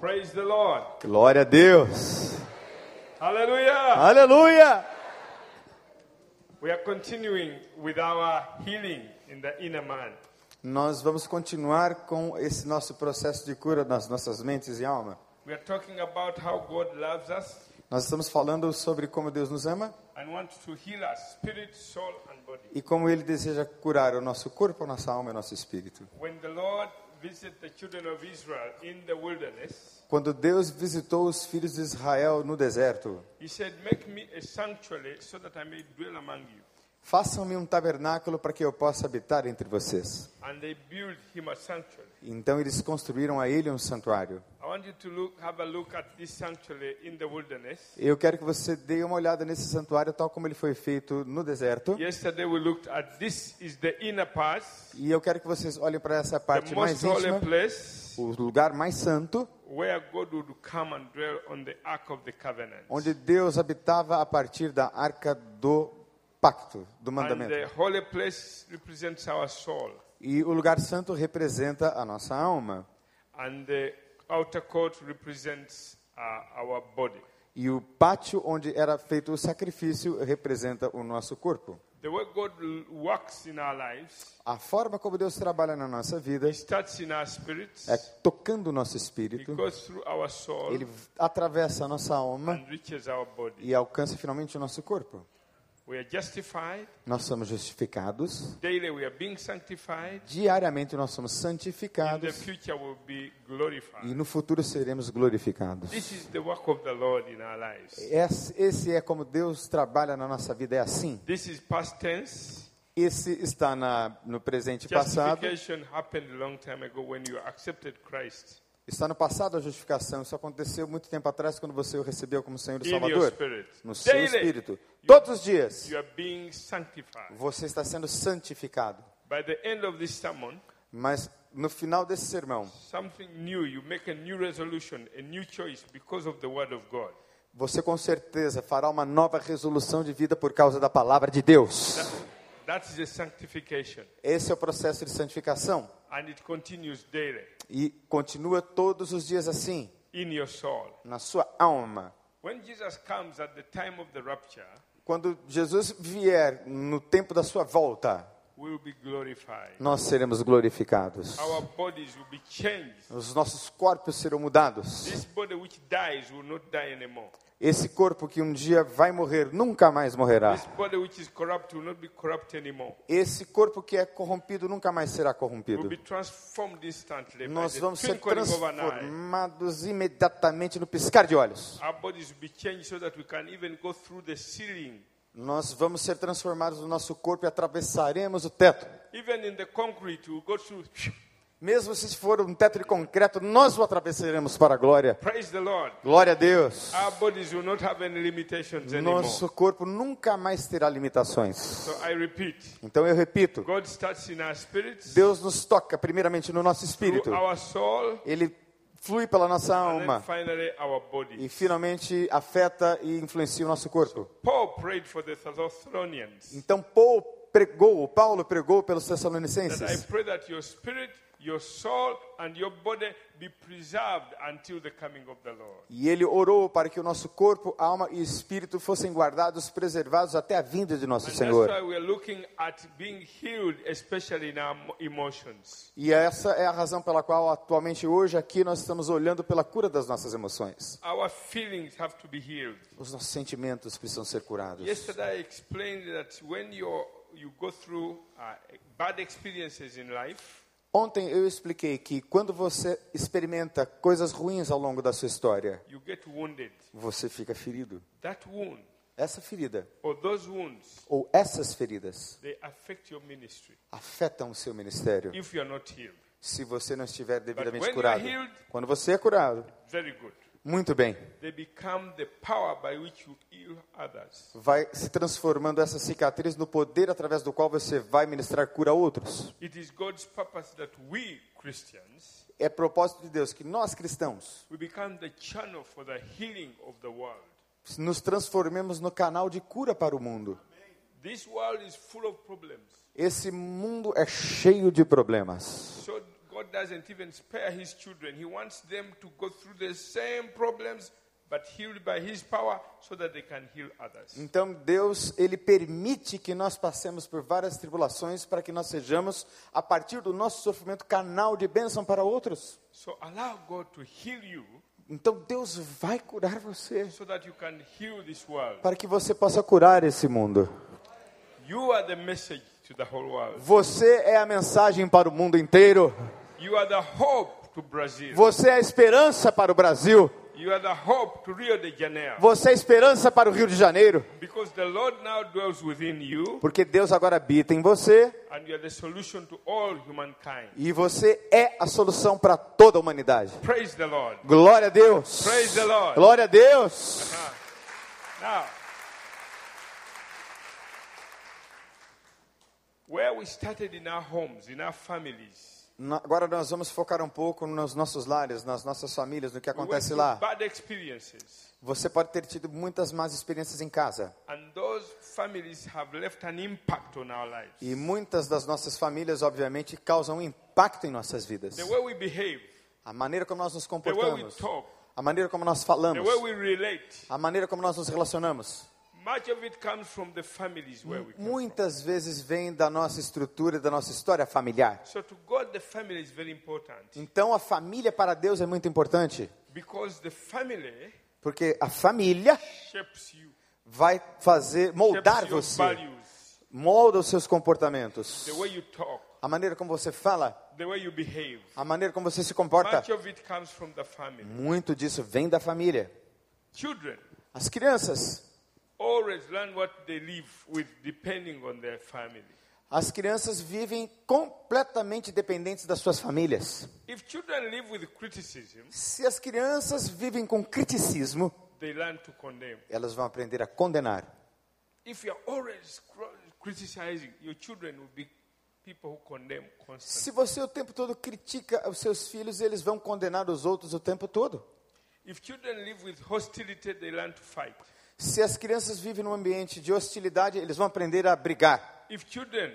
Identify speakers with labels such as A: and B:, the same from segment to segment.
A: Praise the Lord.
B: Glória a Deus.
A: Hallelujah.
B: Aleluia.
A: We are continuing with our healing in the inner man.
B: Nós vamos continuar com esse nosso processo de cura nas nossas mentes e alma.
A: We are talking about how God loves us
B: Nós estamos falando sobre como Deus nos ama
A: and wants to heal us spirit, soul, and body.
B: e como Ele deseja curar o nosso corpo, a nossa alma e o nosso espírito.
A: When the Lord visited the children of Israel in the wilderness,
B: Quando Deus visitou os filhos de Israel no deserto,
A: He said, Make me a sanctuary so that I may dwell among you.
B: façam-me um tabernáculo para que eu possa habitar entre vocês.
A: And they built him a sanctuary.
B: Então eles construíram a ele um santuário.
A: I want you to look, have a look at this sanctuary in the wilderness.
B: Eu quero que você dê uma olhada nesse santuário tal como ele foi feito no deserto.
A: Yesterday we looked at this is the inner part,
B: E eu quero que vocês olhem para essa
A: the
B: parte mais
A: most holy
B: íntima,
A: place
B: o lugar mais santo,
A: where God would come and dwell on the ark of the covenant.
B: onde Deus habitava a partir da arca do pacto, do
A: And
B: mandamento.
A: the holy place represents our soul,
B: E o lugar santo representa a nossa alma
A: and the outer court represents uh, our body.
B: e o pátio onde era feito o sacrifício representa o nosso corpo.
A: The way God l- works in our lives
B: A forma como Deus trabalha na nossa vida
A: He starts in our spirits.
B: é tocando o nosso
A: It
B: espírito,
A: goes through our soul
B: ele atravessa a nossa alma
A: and reaches our body.
B: e alcança finalmente o nosso corpo.
A: We are justified.
B: Nós somos justificados,
A: Daily we are being sanctified.
B: diariamente nós somos
A: In the
B: santificados
A: future we'll be
B: e
A: glorified.
B: no futuro seremos glorificados.
A: This is the work of the Lord in our
B: Eh.
A: lives.
B: Esse esse é como Deus trabalha na nossa vida, é assim.
A: This is past tense.
B: Esse está na, no presente e passado,
A: Justification happened a long time ago when you accepted Christ
B: está no passado a justificação. Isso aconteceu muito tempo atrás quando você o recebeu como Senhor e
A: in your
B: Salvador,
A: spirit.
B: no seu
A: Daily
B: espírito. Todos os dias
A: you are being sanctified.
B: você está sendo santificado.
A: By the end of this sermon,
B: Mas no final desse sermão,
A: something new. You make a new resolution, a new choice because of the Word of God.
B: você com certeza fará uma nova resolução de vida por causa da palavra de Deus.
A: That, that is a sanctification.
B: Esse é o processo de santificação
A: And it continues daily
B: e continua todos os dias assim
A: in your soul.
B: na sua alma.
A: When Jesus comes at the time of the rapture,
B: Quando Jesus vier no tempo da sua volta,
A: we will be glorified.
B: nós seremos glorificados.
A: Our bodies will be changed.
B: Os nossos corpos serão mudados.
A: This body which dies will not die anymore.
B: Esse corpo que um dia vai morrer nunca mais morrerá.
A: This body which is corrupt will not be corrupt anymore.
B: Esse corpo que é corrompido nunca mais será corrompido.
A: We'll be transformed instantly. by
B: Nós
A: the
B: vamos ser
A: twinkling of an eye.
B: transformados imediatamente no piscar de olhos.
A: Our bodies will be changed so that we can even go through the ceiling.
B: Nós vamos ser transformados no nosso corpo e atravessaremos o teto.
A: Even in the concrete, we'll go through.
B: Mesmo se for um teto de concreto, nós o atravessaremos para a glória.
A: Praise the Lord.
B: Glória a Deus.
A: Our bodies will not have any limitations anymore.
B: Nosso corpo nunca mais terá limitações.
A: So I repeat,
B: Então eu repito,
A: God starts in our spirits,
B: Deus nos toca primeiramente no nosso espírito.
A: through our soul,
B: Ele flui pela nossa
A: and then
B: alma
A: finally our body.
B: e finalmente afeta e influencia o nosso corpo.
A: Paul prayed for the Thessalonians
B: Então Paul pregou, Paulo pregou pelos
A: that I
B: Tessalonicenses.
A: pray that your spirit, your soul, and your body be preserved until the coming of the Lord.
B: E ele orou para que o nosso corpo, alma e espírito fossem guardados, preservados até a vinda de nosso
A: And
B: Senhor.
A: that's why we're looking at being healed, especially in our mo- emotions.
B: E essa é a razão pela qual atualmente hoje aqui nós estamos olhando pela cura das nossas emoções.
A: Our feelings have to be healed.
B: Os nossos sentimentos precisam ser curados.
A: Yesterday I explained that when you you go through uh, bad experiences in life,
B: Ontem eu expliquei que quando você experimenta coisas ruins ao longo da sua história,
A: you get wounded.
B: você fica ferido.
A: That wound
B: Essa ferida
A: or those wounds,
B: ou essas feridas
A: they affect your ministry
B: afetam o seu ministério
A: if you are not healed.
B: se você não estiver
A: when
B: devidamente
A: you
B: curado.
A: are healed-
B: Quando você é curado,
A: Very good.
B: muito bem,
A: They become the power by which you heal others.
B: vai se transformando essa cicatriz no poder através do qual você vai ministrar cura a outros.
A: It is God's purpose that we Christians
B: É propósito de Deus que nós cristãos
A: we become the channel for the healing of the world.
B: nos transformemos no canal de cura para o mundo.
A: This world is full of problems.
B: Esse mundo é cheio de problemas.
A: So God doesn't even spare his children. He wants them to go through the same problems, but healed by his power so that they can heal others.
B: Então Deus, ele permite que nós passemos por várias tribulações para que nós sejamos a partir do nosso sofrimento canal de bênção para outros.
A: So allow God to heal you
B: Então Deus vai curar você
A: so that you can heal this world.
B: para que você possa curar esse mundo.
A: You are the message to the whole world.
B: Você é a mensagem para o mundo inteiro.
A: You are the hope to Brazil.
B: Você é a esperança para o Brasil.
A: You are the hope to Rio de Janeiro.
B: Você é a esperança para o Rio de Janeiro.
A: Because the Lord now dwells within you,
B: Porque Deus agora habita em você
A: and you are the solution to all humankind.
B: e você é a solução para toda a humanidade.
A: Praise the Lord.
B: Glória a Deus.
A: Praise the Lord.
B: Glória a Deus.
A: Now, where we started in our homes, in our families,
B: Na- Agora nós vamos focar um pouco nos nossos lares, nas nossas famílias, no que
A: we went
B: acontece
A: through
B: lá.
A: bad experiences.
B: Você pode ter tido muitas más experiências em casa
A: And those families have left an impact on our lives.
B: e muitas das nossas famílias, obviamente, causam um impacto em nossas vidas.
A: The way we behave,
B: A maneira como nós nos
A: the way we
B: comportamos,
A: talk,
B: a maneira como nós
A: the
B: falamos,
A: way we relate,
B: a maneira como nós nos relacionamos,
A: much of it comes from the families where we come from.
B: muitas vezes vem da nossa estrutura, da nossa história familiar.
A: So to God, the family is very important
B: Então a família para Deus é muito importante,
A: because the family
B: porque a família
A: shapes you,
B: vai fazer moldar
A: shapes your
B: você,
A: values,
B: molda os seus comportamentos.
A: the way you talk,
B: A maneira como você fala,
A: the way you behave.
B: a maneira como você se comporta,
A: Much of it comes from the family.
B: muito disso vem da família.
A: Children
B: As crianças,
A: always learn what they live with depending on their family.
B: as crianças vivem completamente dependentes das suas famílias.
A: If children live with criticism,
B: Se as crianças vivem com criticismo,
A: they learn to condemn.
B: elas vão aprender a condenar.
A: If you're always cr- criticizing, your children will be people who condemn constantly.
B: Se você o tempo todo critica os seus filhos, eles vão condenar os outros o tempo todo.
A: If children live with hostility, they learn to fight.
B: Se as crianças vivem num ambiente de hostilidade, eles vão aprender a brigar.
A: If children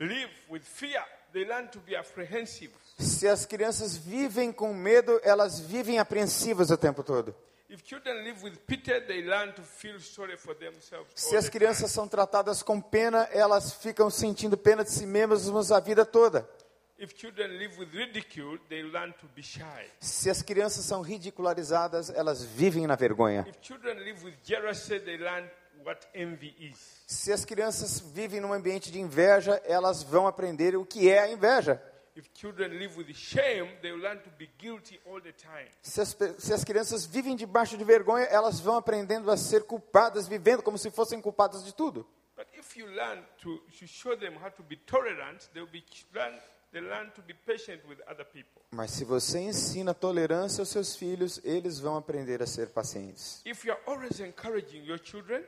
A: live with fear, they learn to be apprehensive.
B: Se as crianças vivem com medo, elas vivem apreensivas o tempo todo.
A: If children live with pity, they learn to feel sorry for themselves.
B: Se
A: all
B: as
A: the
B: crianças são tratadas com pena, elas ficam sentindo pena de si mesmas a vida toda.
A: time. If children live with ridicule, they learn to be shy.
B: Se as crianças são ridicularizadas, elas vivem na vergonha.
A: If children live with jealousy, they learn what envy is.
B: Se as crianças vivem num ambiente de inveja, elas vão aprender o que é a inveja.
A: If children live with shame, they learn to be guilty all the time.
B: Se as, pe- se as crianças vivem debaixo de vergonha, elas vão aprendendo a ser culpadas, vivendo como se fossem culpadas de tudo.
A: But if you learn to, to show them how to be tolerant, they'll be ch- learn, they learn to be patient with other people.
B: Mas se você ensina tolerância aos seus filhos, eles vão aprender a ser pacientes.
A: If you're always encouraging your children,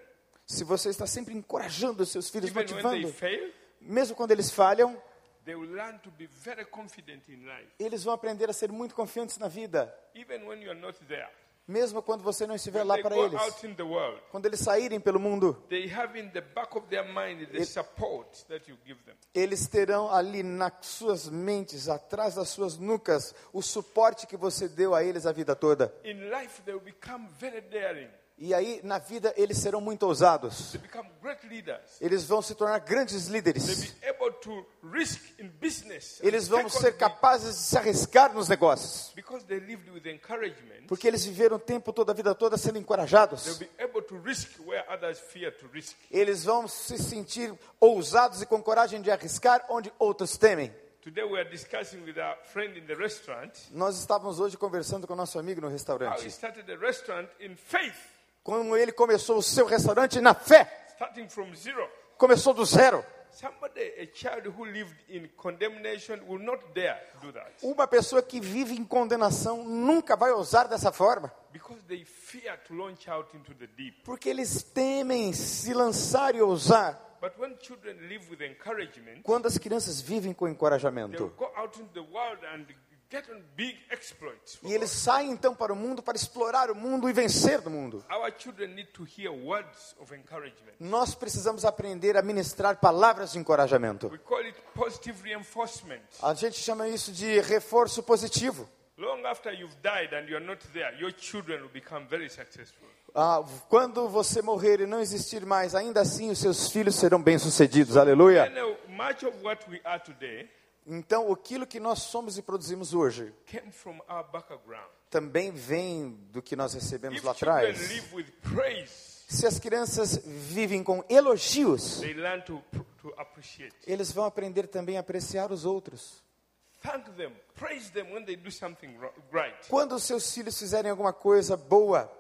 B: Se você está sempre encorajando os seus filhos,
A: even when they
B: motivando,
A: fail,
B: mesmo quando eles falham,
A: they will learn to be very confident in life,
B: eles vão aprender a ser muito confiantes na vida,
A: even when you're not there.
B: mesmo quando você não estiver
A: When
B: lá
A: they
B: para
A: go
B: eles.
A: out in the world,
B: Quando eles saírem pelo mundo,
A: they have in the back of their mind the support that you give them.
B: eles terão ali nas suas mentes, atrás das suas nucas, o suporte que você deu a eles a vida toda.
A: In life, they will become very daring.
B: E aí, na vida, eles serão muito ousados.
A: They become great leaders.
B: Eles vão se tornar grandes
A: They'll be
B: líderes.
A: able to risk in business. and
B: Eles vão
A: take on
B: ser
A: big-
B: capazes de se arriscar nos negócios.
A: Because they lived with encouragement.
B: Porque eles viveram o tempo todo, a vida toda, sendo
A: They'll
B: encorajados.
A: be able to risk where others fear to risk.
B: Eles vão se sentir ousados e com coragem de arriscar onde outros temem.
A: Today we are discussing with our friend in the restaurant
B: Nós estávamos hoje conversando com nosso amigo no
A: how he
B: restaurante.
A: started a restaurant in faith,
B: Como ele começou o seu restaurante na fé,
A: starting from zero.
B: começou do zero.
A: Somebody, a child who lived in condemnation, will not dare do that
B: Uma pessoa que vive em condenação nunca vai ousar dessa forma,
A: because they fear to launch out into the deep.
B: porque eles temem se lançar e ousar.
A: But when children live with encouragement,
B: Quando as crianças vivem com
A: they will
B: encorajamento,
A: go out into the world and get on big exploits. for
B: E eles
A: God.
B: saem então para o mundo para explorar o mundo e vencer do mundo.
A: Our children need to hear words of encouragement.
B: Nós precisamos aprender a ministrar palavras de encorajamento.
A: We call it positive reinforcement.
B: A gente chama isso de reforço positivo.
A: Long after you've died and you're not there, your children will become very successful.
B: Ah, quando você morrer e não existir mais, ainda assim os seus filhos serão bem-sucedidos. Aleluia.
A: And uh, much of what we are today
B: Então, aquilo que nós somos e produzimos hoje
A: came from our background.
B: também vem do que nós recebemos
A: If
B: lá
A: children
B: atrás.
A: live with praise,
B: Se as crianças vivem com elogios,
A: they learn to, to appreciate.
B: eles vão aprender também a apreciar os outros.
A: Thank them, praise them when they do something ro- right.
B: Quando os seus filhos fizerem alguma coisa boa,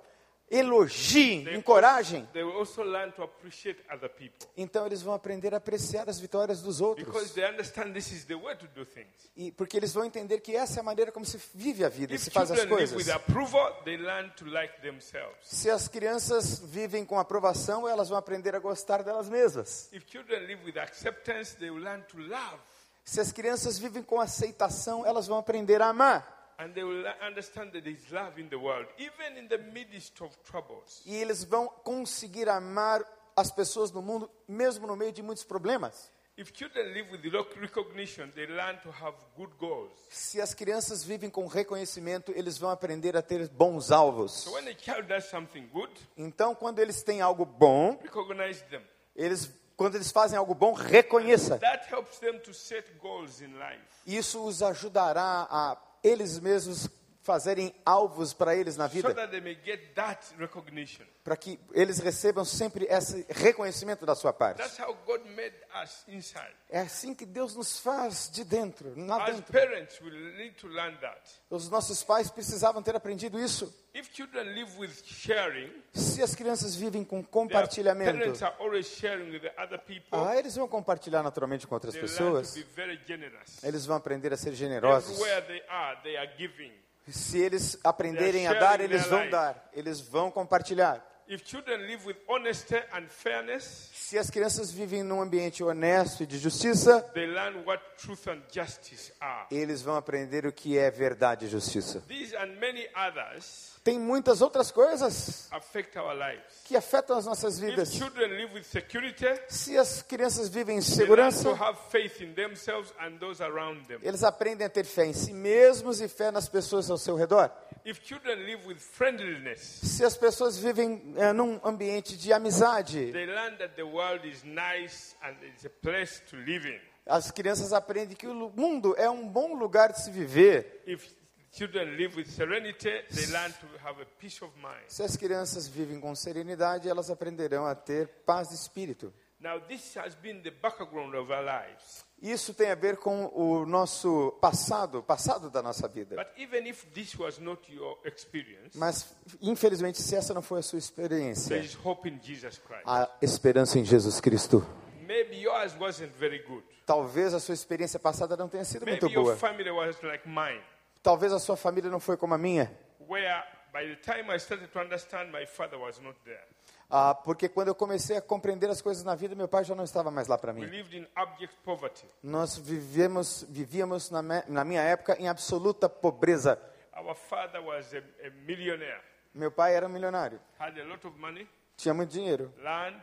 B: elogiem, encorajem.
A: They will also learn to appreciate other people
B: Então eles vão aprender a apreciar as vitórias dos outros.
A: because they understand this is the way to do things.
B: E porque eles vão entender que essa é a maneira como se vive a vida e se
A: If
B: faz as
A: children live
B: coisas.
A: with approval, they learn to like themselves.
B: Se as crianças vivem com aprovação, elas vão aprender a gostar delas mesmas.
A: If children live with acceptance, they will learn to love
B: Se as crianças vivem com aceitação, elas vão aprender a amar.
A: and they will le- understand that there is love in the world, even in the midst of troubles.
B: E eles vão conseguir amar as pessoas no mundo, mesmo no meio de muitos problemas.
A: If children live with rec- recognition, they learn to have good goals.
B: Se as crianças vivem com reconhecimento, eles vão aprender a ter bons alvos.
A: So when a child does something good,
B: Então, quando eles têm algo bom,
A: recognize them.
B: eles, quando eles fazem algo bom, reconheça.
A: That helps them to set goals in life.
B: Isso os ajudará a eles mesmos fazerem alvos para eles na
A: So
B: vida,
A: that they may get that recognition.
B: para que eles recebam sempre esse reconhecimento da sua parte.
A: That's how God made us inside.
B: É assim que Deus nos faz de dentro, lá
A: As
B: dentro.
A: parents, we need to learn that.
B: Os nossos pais precisavam ter aprendido isso.
A: If children live with sharing,
B: Se as crianças vivem com
A: their
B: compartilhamento,
A: parents are always sharing with the other people.
B: ah, eles vão compartilhar naturalmente com outras
A: They learn
B: pessoas.
A: to be very generous.
B: Eles vão aprender a ser generosos.
A: Everywhere they are, they are giving.
B: Se eles aprenderem a dar, eles vão dar. Eles vão compartilhar.
A: If children live with honesty and fairness,
B: Se as crianças vivem num ambiente honesto e de justiça,
A: they learn what truth and justice are.
B: eles vão aprender o que é verdade e justiça.
A: These and many others
B: Tem muitas outras coisas
A: affect our lives.
B: que afetam as nossas vidas.
A: If children live with security,
B: Se as crianças vivem em
A: they learn
B: segurança,
A: to have faith in themselves and those around them.
B: eles aprendem a ter fé em si mesmos e fé nas pessoas ao seu redor.
A: If children live with friendliness,
B: Se as pessoas vivem eh, num ambiente de amizade,
A: they learn that the world is nice and it's a place to live in.
B: as crianças aprendem que o lu- mundo é um bom lugar de se viver.
A: If children live with serenity, they learn to have a peace of mind.
B: Se as crianças vivem com serenidade, elas aprenderão a ter paz de espírito.
A: Now, this has been the background of our lives.
B: Isso tem a ver com o nosso passado, o passado da nossa vida.
A: But even if this was not your experience,
B: Mas, infelizmente, se essa não foi a sua
A: there
B: experiência,
A: is hope in Jesus Christ.
B: a esperança em Jesus Cristo.
A: Maybe yours wasn't very good.
B: Talvez a sua experiência passada não tenha sido muito
A: Maybe your
B: boa.
A: family was like mine,
B: Talvez a sua família não foi como a minha.
A: where by the time I started to understand, my father was not there.
B: Ah, porque quando eu comecei a compreender as coisas na vida, meu pai já não estava mais lá para
A: We
B: mim.
A: lived in abject poverty.
B: Nós vivemos, vivíamos na, me- na minha época em absoluta pobreza.
A: Our father was a, a millionaire,
B: Meu pai era um milionário,
A: had a lot of money,
B: tinha muito dinheiro.
A: land,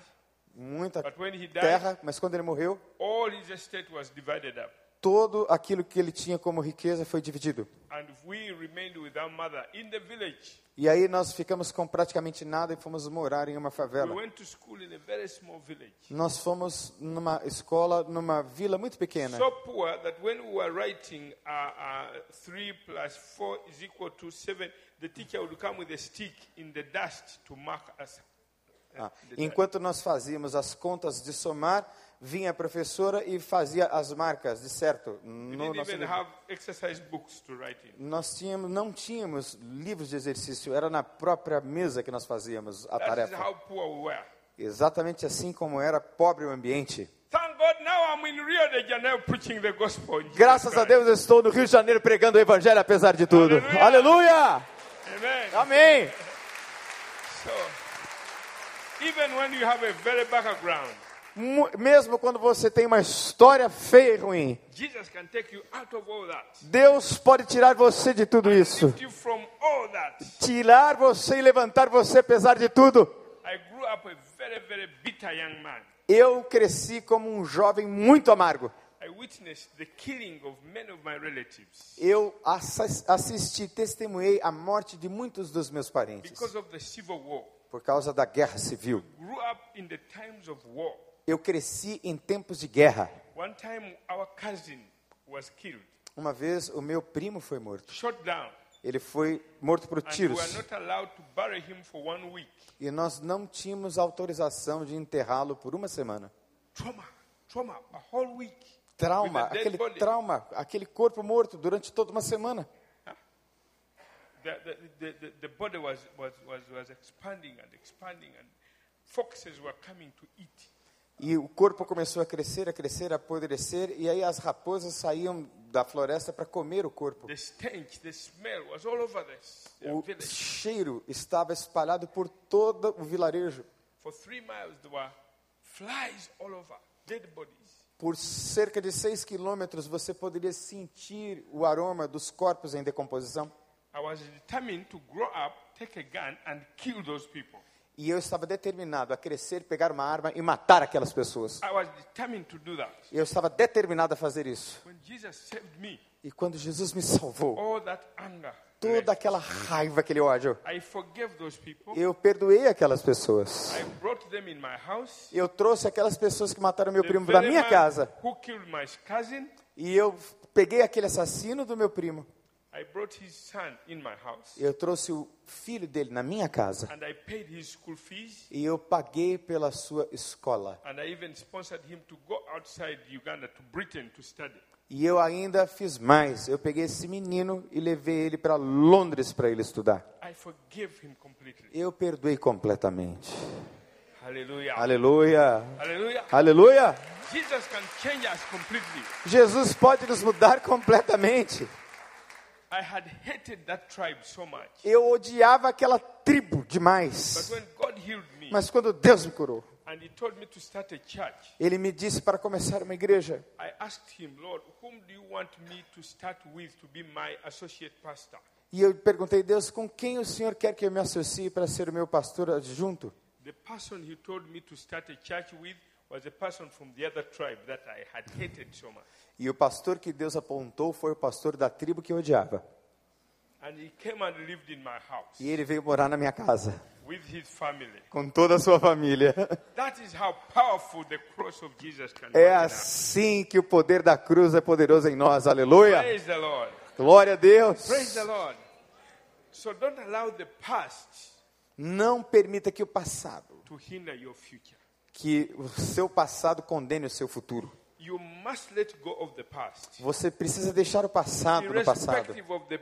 B: muita
A: but when he died,
B: terra, mas quando ele morreu,
A: all his estate was divided up.
B: todo aquilo que ele tinha como riqueza foi dividido.
A: And we remained with our mother in the village.
B: E aí nós ficamos com praticamente nada e fomos morar em uma
A: We
B: favela.
A: went to school in a very small village.
B: Nós fomos numa escola, numa vila muito pequena.
A: So poor that when we were writing uh, uh, 3 plus 4 is equal to 7, the teacher would come with a stick in the dust to mark us.
B: Ah, enquanto nós fazíamos as contas de somar, vinha a professora e fazia as marcas, de certo,
A: We
B: no
A: didn't
B: nosso
A: even
B: livro.
A: have exercise books to write in.
B: Nós tínhamos, não tínhamos livros de exercício, era na própria mesa que nós fazíamos a
A: That is
B: tarefa.
A: how poor we were.
B: Exatamente assim como era pobre o ambiente.
A: Thank God now I'm in Rio de Janeiro preaching the gospel. in Jesus
B: Graças a
A: Christ.
B: Deus eu estou no Rio de Janeiro pregando o evangelho apesar de tudo. Aleluia!
A: Amen.
B: Amém!
A: So, even when you have a very background,
B: Mu- Mesmo quando você tem uma história feia e ruim,
A: Jesus can take you out of all that.
B: Deus pode tirar você de tudo isso.
A: Lift you from all that.
B: Tirar você e levantar você apesar de tudo.
A: I grew up a very, very bitter young man.
B: Eu cresci como um jovem muito amargo.
A: I witnessed the killing of many of my relatives
B: Eu assis- assisti, testemunhei a morte de muitos dos meus parentes
A: because of the civil war.
B: por causa da guerra civil.
A: Grew up in the times of war.
B: Eu cresci em tempos de guerra.
A: One time, our cousin was killed,
B: Uma vez o meu primo foi morto.
A: shot down,
B: Ele foi morto por
A: and we
B: tiros
A: were not allowed to bury him for one week.
B: e nós não tínhamos autorização de enterrá-lo por uma semana.
A: Trauma, trauma, a whole week.
B: Trauma,
A: With a dead
B: aquele
A: body.
B: trauma, aquele corpo morto durante toda uma semana.
A: The, the, the, the, the body was, was, was, was expanding and expanding, and foxes were coming to eat.
B: E o corpo começou a crescer, a crescer, a apodrecer, e aí as raposas saíam da floresta para comer o corpo.
A: The stench, the smell was all over this the
B: O
A: É um village.
B: cheiro estava espalhado por todo o vilarejo.
A: For three miles, there were flies all over, dead bodies.
B: Por cerca de seis quilômetros, você poderia sentir o aroma dos corpos em decomposição.
A: I was determined to grow up, take a gun, and kill those people.
B: E eu estava determinado a crescer, pegar uma arma e matar aquelas pessoas.
A: I was determined to do that.
B: Eu estava determinado a fazer isso.
A: When Jesus saved me,
B: E quando Jesus me salvou,
A: all that anger,
B: toda aquela raiva, aquele ódio,
A: I forgave those people.
B: eu perdoei aquelas pessoas.
A: I brought them in my house.
B: Eu trouxe aquelas pessoas que mataram meu
A: The
B: primo da
A: very
B: minha
A: man
B: casa.
A: Who killed my cousin?
B: E eu peguei aquele assassino do meu primo.
A: I brought his son in my house.
B: Eu trouxe o filho dele na minha casa.
A: And I paid his school fees.
B: E eu paguei pela sua escola.
A: And I even sponsored him to go outside Uganda to Britain to study.
B: E eu ainda fiz mais. Eu peguei esse menino e levei ele para Londres para ele estudar.
A: I forgave him completely.
B: Eu perdoei completamente.
A: Hallelujah.
B: Aleluia.
A: Hallelujah.
B: Aleluia.
A: Jesus can change us completely.
B: Jesus pode nos mudar completamente.
A: I had hated that tribe so much.
B: Eu odiava aquela tribo
A: But
B: demais.
A: when God healed me
B: Mas quando Deus me curou,
A: and He told me to start a church,
B: ele me disse para começar uma igreja.
A: I asked Him, Lord, whom do you want me to start with to be my associate pastor?
B: E eu perguntei, Deus, com quem o Senhor quer que eu me associe para ser o meu pastor adjunto?
A: The person He told me to start a church with was a person from the other tribe that I had hated so much.
B: E o pastor que Deus apontou foi o pastor da tribo que eu odiava.
A: And he came and lived in my house
B: E ele veio morar na minha casa,
A: with his family.
B: com toda a sua família.
A: That is how powerful the cross of Jesus can be.
B: É assim que o poder da cruz é poderoso em nós. Aleluia!
A: Praise the Lord.
B: Glória a Deus!
A: Praise the Lord. So don't allow the past
B: Não permita que o passado,
A: to hinder your future.
B: que o seu passado condene o seu futuro.
A: You must let go of the past.
B: Você precisa deixar o passado no passado.
A: Irrespective of the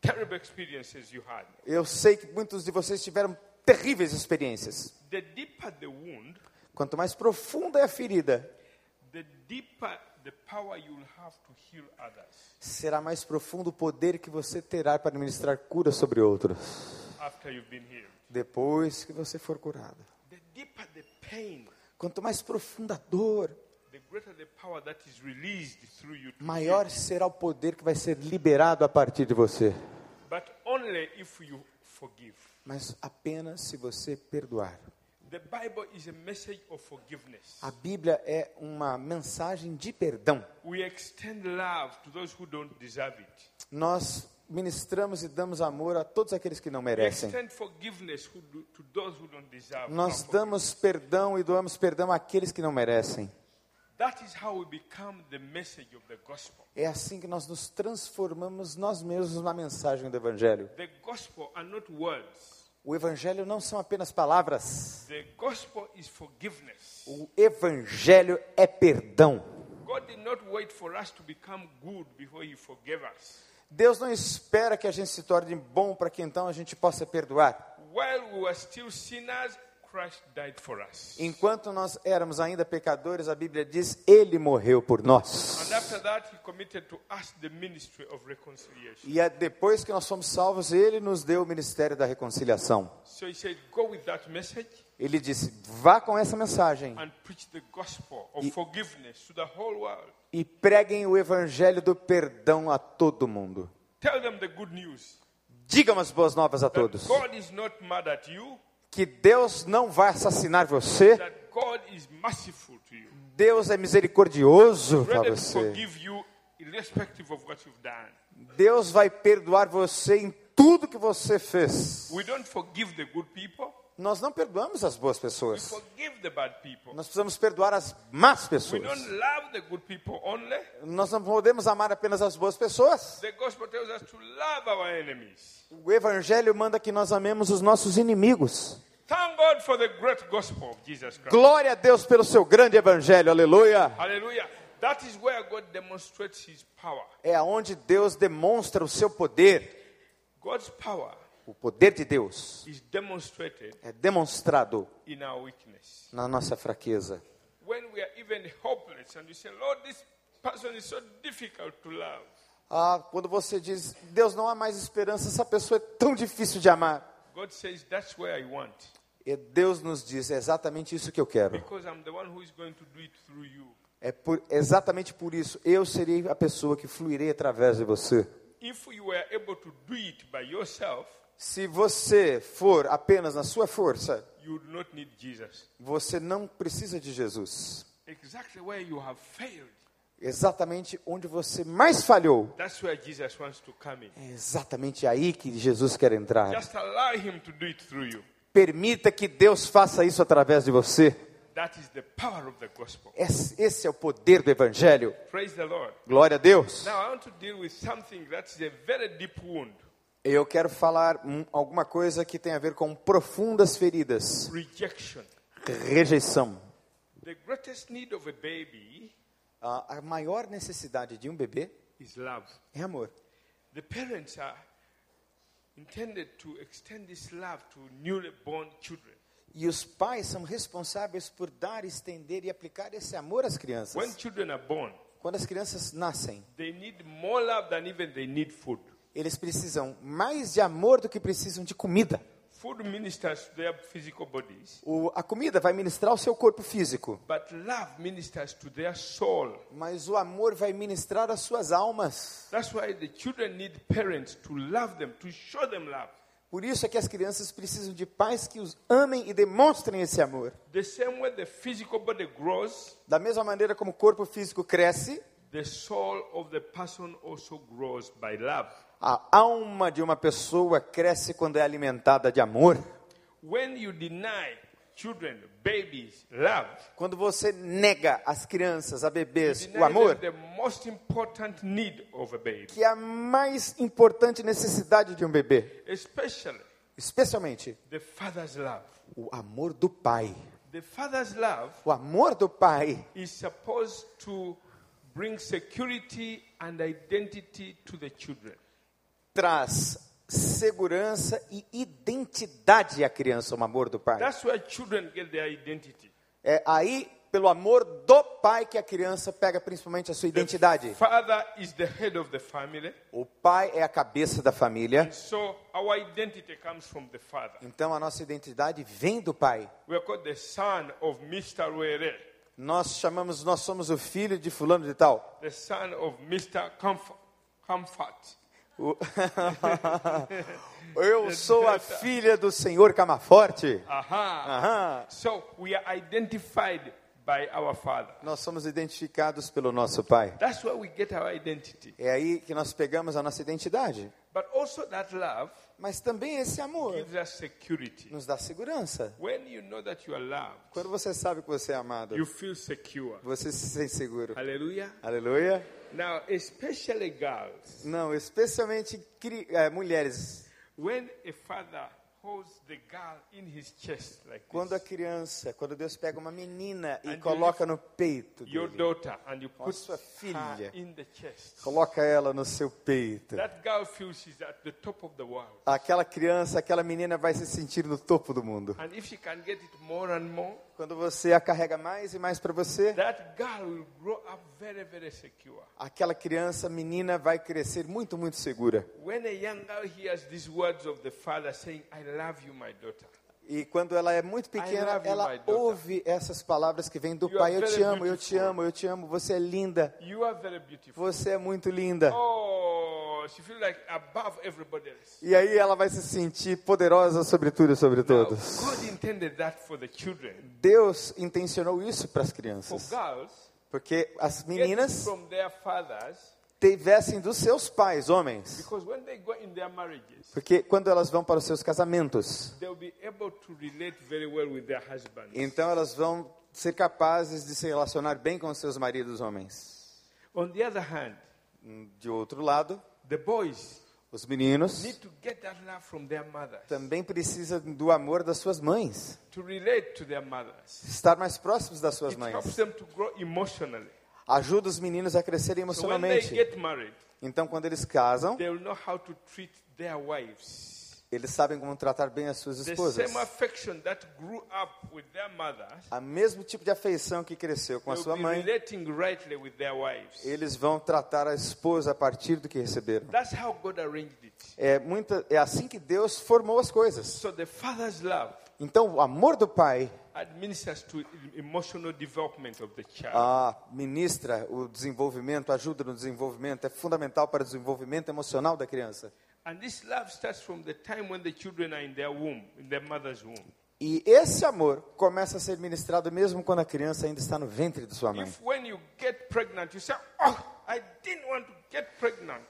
A: terrible experiences you had.
B: Eu sei que muitos de vocês tiveram terríveis experiências.
A: The deeper the wound,
B: Quanto mais profunda é a ferida,
A: the deeper the power you'll have to heal others
B: será mais profundo o poder que você terá para ministrar cura sobre outros
A: after you've been healed.
B: depois que você for curado.
A: The deeper the pain,
B: Quanto mais profunda a dor,
A: the greater the power that is released through you. to
B: maior será o poder que vai ser liberado a partir de você.
A: heal. But only if you forgive.
B: Mas apenas se você perdoar.
A: The Bible is a message of forgiveness.
B: A Bíblia é uma mensagem de perdão.
A: We extend love to those who don't deserve it.
B: Nós ministramos e damos amor a todos aqueles que não
A: We
B: merecem.
A: extend forgiveness who do, to those who don't deserve
B: Nós
A: our
B: damos perdão e doamos perdão àqueles que não merecem.
A: forgiveness. That is how we become the message of the gospel.
B: É assim que nós nos transformamos nós mesmos na mensagem do Evangelho.
A: The gospel are not words.
B: O Evangelho não são apenas palavras.
A: The gospel is forgiveness.
B: O Evangelho é perdão.
A: God did not wait for us to become good before he forgave us.
B: Deus não espera que a gente se torne bom para que então a gente possa perdoar.
A: While we were still sinners, Christ died for us.
B: Enquanto nós éramos ainda pecadores, a Bíblia diz: Ele morreu por nós.
A: And after that, he committed to us the ministry of reconciliation.
B: E é depois que nós fomos salvos, Ele nos deu o ministério da reconciliação.
A: So he said, Go with that message
B: Ele disse: Vá com essa mensagem
A: and preach the gospel of forgiveness to the whole world.
B: e preguem o evangelho do perdão a todo mundo.
A: Tell them the good news
B: Digam as boas novas a
A: that
B: todos.
A: God is not mad at you,
B: Que Deus não vai assassinar você.
A: that God is merciful to you,
B: Deus é misericordioso para
A: ready to
B: você.
A: forgive you irrespective of what you've done.
B: Deus vai perdoar você em tudo que você fez.
A: We don't forgive the good people,
B: Nós não perdoamos as boas
A: we
B: pessoas.
A: forgive the bad people.
B: Nós precisamos perdoar as más
A: We
B: pessoas.
A: don't love the good people only.
B: Nós não podemos amar apenas as boas pessoas.
A: The gospel tells us to love our enemies.
B: O Evangelho manda que nós amemos os nossos inimigos.
A: Thank God for the great gospel of Jesus Christ.
B: Glória a Deus pelo seu grande Evangelho, aleluia.
A: Hallelujah. That is where God demonstrates his power.
B: É aonde Deus demonstra o seu poder.
A: God's power
B: O poder de Deus
A: is demonstrated
B: é demonstrado
A: in our weakness.
B: na nossa fraqueza.
A: When we are even hopeless and we say, Lord, this person is so difficult to love.
B: Ah, quando você diz, Deus não há mais esperança, essa pessoa é tão difícil de amar.
A: God says, That's where I want.
B: E Deus nos diz, é exatamente isso que eu quero.
A: Because I'm the one who is going to do it through you.
B: É por, exatamente por isso, eu serei a pessoa que fluirei através de você.
A: If you were able to do it by yourself,
B: Se você for apenas na sua força,
A: you would not need Jesus.
B: você não precisa de Jesus.
A: Exactly where you have failed.
B: Exatamente onde você mais falhou,
A: That's where Jesus wants to come in.
B: é exatamente aí que Jesus quer entrar.
A: Just allow him to do it through you.
B: Permita que Deus faça isso através de você.
A: That is the power of the gospel.
B: Esse, esse é o poder do Evangelho.
A: Praise the Lord.
B: Glória a Deus.
A: Now I want to deal with something that is a very deep wound
B: Eu quero falar hum, alguma coisa que tem a ver com profundas feridas,
A: rejection.
B: rejeição.
A: The greatest need of a baby
B: A, a maior necessidade de um bebê
A: is love.
B: é amor.
A: The parents are intended to extend this love to newly born children.
B: E os pais são responsáveis por dar, estender e aplicar esse amor às crianças.
A: When children are born,
B: Quando as crianças nascem,
A: they need more love than even they need food.
B: eles precisam mais de amor do que precisam de comida.
A: Food ministers to their physical bodies,
B: O, a comida vai ministrar o seu corpo físico,
A: but love ministers to their soul.
B: mas o amor vai ministrar as suas almas.
A: That's why the children need parents to love them, to show them love.
B: Por isso é que as crianças precisam de pais que os amem e demonstrem esse amor.
A: The same way the physical body grows,
B: Da mesma maneira como o corpo físico cresce,
A: the soul of the person also grows by love.
B: a alma de uma pessoa cresce quando é alimentada de amor.
A: When you deny children, babies, love,
B: Quando você nega às crianças, a bebês, o
A: deny
B: amor,
A: them the most important need of a baby,
B: que é a mais importante necessidade de um bebê,
A: especially
B: especialmente
A: the father's love.
B: o amor do pai.
A: The father's love
B: O amor do pai
A: is supposed to bring security and identity to the children.
B: traz segurança e identidade à criança, o amor do pai.
A: That's where children get their identity.
B: É aí, pelo amor do pai, que a criança pega principalmente a sua identidade.
A: Father is the head of the family,
B: O pai é a cabeça da família,
A: and so our identity comes from the father.
B: então a nossa identidade vem do pai.
A: We are called the son of Mr. Were,
B: Nós chamamos, nós somos o filho de fulano de tal.
A: the son of Mr. Comfort. Comfort.
B: O- Eu sou a filha do senhor Camaforte.
A: Aha.
B: Aham.
A: So we are identified by our father.
B: Nós somos identificados pelo nosso pai.
A: That's where we get our identity.
B: É aí que nós pegamos a nossa identidade.
A: But also that love
B: Mas também esse amor
A: gives us security.
B: nos dá segurança.
A: When you know that you are loved,
B: Quando você sabe que você é amado,
A: you feel secure.
B: você se sente seguro.
A: Hallelujah.
B: Aleluia.
A: Now, especially girls,
B: Não, especialmente cri- eh, é, mulheres.
A: when a father holds the girl in his chest like
B: Quando a
A: this,
B: criança, quando Deus pega uma menina e
A: And you
B: coloca no peito
A: your
B: dele,
A: daughter, and you
B: a
A: put
B: sua
A: her
B: filha.
A: in the chest.
B: coloca ela no seu peito,
A: That girl feels she's at the top of the world.
B: aquela criança, aquela menina vai se sentir no topo do mundo.
A: And if she can get it more and more,
B: Quando você a carrega mais e mais para você,
A: that girl will grow up very, very secure.
B: aquela criança, menina, vai crescer muito, muito segura.
A: When a young girl hears these words of the father saying, I love you, my daughter,
B: E quando ela é muito
A: I
B: pequena,
A: love you, my
B: ela
A: daughter.
B: ouve essas palavras que vêm do
A: You
B: pai:
A: are
B: Eu te
A: very
B: amo, eu te
A: beautiful."
B: amo, eu te amo, você é linda,
A: you are very beautiful.
B: você é muito linda.
A: Oh, she feels like above everybody else.
B: E aí ela vai se sentir poderosa sobre tudo e sobre
A: Now,
B: todos.
A: God intended that for the children.
B: Deus intencionou isso para as
A: For
B: crianças,
A: girls,
B: porque as
A: get it
B: meninas
A: from their fathers,
B: tivessem dos seus pais, homens.
A: because when they go in their marriages,
B: Porque quando elas vão para os seus casamentos,
A: they'll be able to relate very well with their husbands.
B: então elas vão ser capazes de se relacionar bem com os seus maridos homens.
A: On the other hand,
B: De outro lado,
A: the boys
B: os meninos
A: need to get that love from their mothers,
B: também precisam do amor das suas mães,
A: to relate to their mothers.
B: estar mais próximos das suas
A: It helps
B: mães.
A: them to grow emotionally.
B: Ajuda os meninos a crescerem
A: So when they
B: emocionalmente.
A: get married,
B: Então, quando eles casam,
A: they will know how to treat their wives.
B: eles sabem como tratar bem as suas
A: The
B: esposas.
A: same affection that grew up with their mothers,
B: A mesmo tipo de afeição que cresceu com a
A: they
B: sua
A: will be
B: mãe,
A: relating rightly with their wives.
B: eles vão tratar a esposa a partir do que receberam.
A: That's how God arranged it.
B: É, muita, é assim que Deus formou as coisas.
A: So the father's love
B: Então, o amor do pai
A: administers to emotional development of the child.
B: ah, ministra o desenvolvimento, ajuda no desenvolvimento, é fundamental para o desenvolvimento emocional da criança.
A: And this love starts from the time when the children are in their womb, in their mother's womb.
B: E esse amor começa a ser ministrado mesmo quando a criança ainda está no ventre de sua mãe.
A: If when you get pregnant, you say, Oh, I didn't want to get pregnant.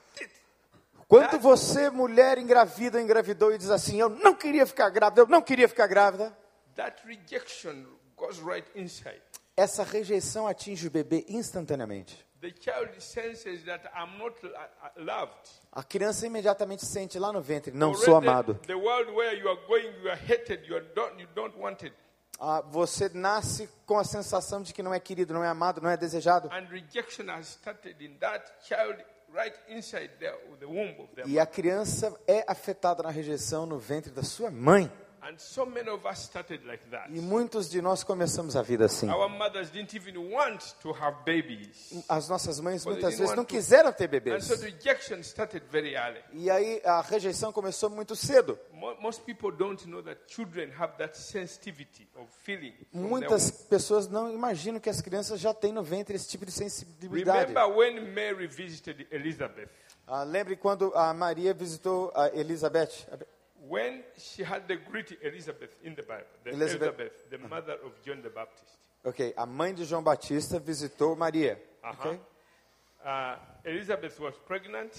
B: Quando você, mulher engravida, engravidou e diz assim: Eu não queria ficar grávida, eu não queria ficar grávida,
A: That rejection goes right inside.
B: essa rejeição atinge o bebê instantaneamente.
A: The child senses that I'm not lo- uh, loved.
B: A criança imediatamente sente lá no ventre: Não sou
A: Already,
B: amado.
A: The world where you are going, you are hated, you, are don't, you don't want it.
B: Ah, você nasce com a sensação de que não é querido, não é amado, não é desejado.
A: And rejection has started in that child right inside the, the womb of them.
B: E a criança é afetada na rejeição no ventre da sua mãe.
A: And so many of us started like that.
B: E muitos de nós começamos a vida assim.
A: Our mothers didn't even want to have babies.
B: As nossas mães muitas
A: they
B: vezes
A: want
B: não
A: to-
B: quiseram ter
A: And
B: bebês.
A: so the rejection started very early.
B: E aí a rejeição começou muito cedo.
A: Mo- Most people don't know that children have that sensitivity of feeling. from their
B: Muitas pessoas não imaginam que as crianças já têm no ventre esse tipo de
A: womb.
B: sensibilidade.
A: Remember when Mary visited Elizabeth?
B: Ah, lembre quando a Maria visitou a Elizabeth.
A: When she had the great Elizabeth in the Bible, the
B: Elizabeth.
A: Elizabeth, the mother of John the Baptist.
B: Ok, a mãe de João Batista visitou Maria.
A: Uh-huh.
B: ok?
A: Uh, Elizabeth was pregnant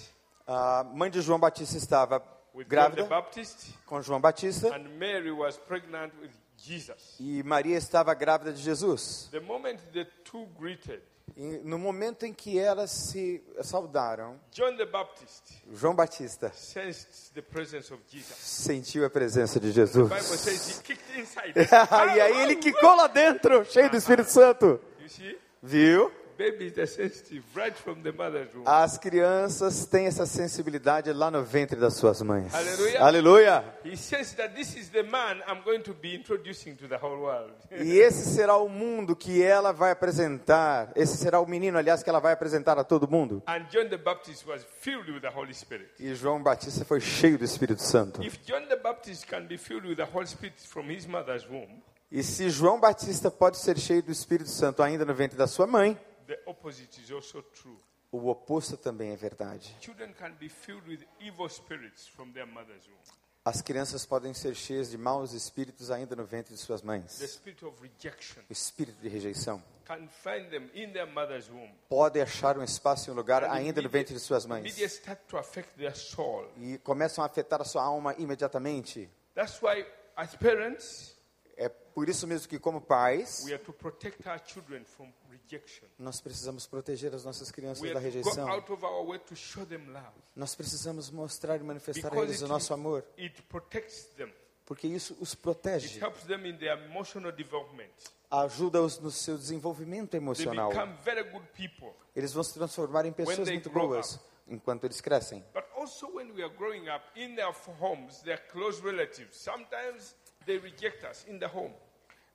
B: A mãe de João Batista estava
A: with John
B: grávida
A: the Baptist,
B: com João Batista
A: and Mary was pregnant with Jesus.
B: e Maria estava grávida de Jesus.
A: The moment the two greeted,
B: E no momento em que elas se saudaram,
A: John the Baptist
B: João Batista
A: sensed the presence of Jesus.
B: sentiu a presença de
A: The Bible
B: Jesus.
A: says he kicked inside.
B: e aí ele quicou lá dentro, cheio do Espírito Santo.
A: You see,
B: Viu?
A: babies are sensitive right from the mother's womb.
B: As crianças têm essa sensibilidade lá no ventre das suas mães.
A: Aleluia.
B: Aleluia.
A: He sensed that this is the man I'm going to be introducing to the whole world.
B: E esse será o mundo que ela vai apresentar. Esse será o menino, aliás, que ela vai apresentar a todo mundo.
A: And John the Baptist was filled with the Holy Spirit.
B: E João Batista foi cheio do Espírito Santo.
A: If John the Baptist can be filled with the Holy Spirit from his mother's womb,
B: E se João Batista pode ser cheio do Espírito Santo ainda no ventre da sua mãe,
A: the opposite is also true.
B: o oposto também é verdade.
A: Children can be filled with evil spirits from their mother's womb.
B: As crianças podem ser cheias de maus espíritos ainda no ventre de suas
A: The
B: mães.
A: spirit of rejection
B: O espírito de rejeição
A: can find them in their mother's womb.
B: pode achar um espaço e um lugar ainda
A: Immediate-
B: no ventre de suas mães.
A: Immediate start to affect their soul.
B: E começam a afetar a sua alma imediatamente.
A: That's why, as parents,
B: É por isso mesmo que, como pais,
A: we are to protect our children from rejection.
B: nós precisamos proteger as nossas crianças
A: We
B: da
A: are to go
B: rejeição.
A: out of our way to show them love
B: Nós precisamos mostrar e manifestar a
A: because
B: eles o nosso amor.
A: it, it protects them.
B: porque isso os
A: It
B: protege,
A: helps them in their emotional development.
B: ajuda-os no seu desenvolvimento
A: They
B: emocional.
A: become very good people.
B: Eles vão se transformar em pessoas
A: they
B: muito
A: grow
B: boas
A: up.
B: enquanto eles crescem.
A: But also, when we are growing up in their homes, their close relatives, sometimes they reject us in the home.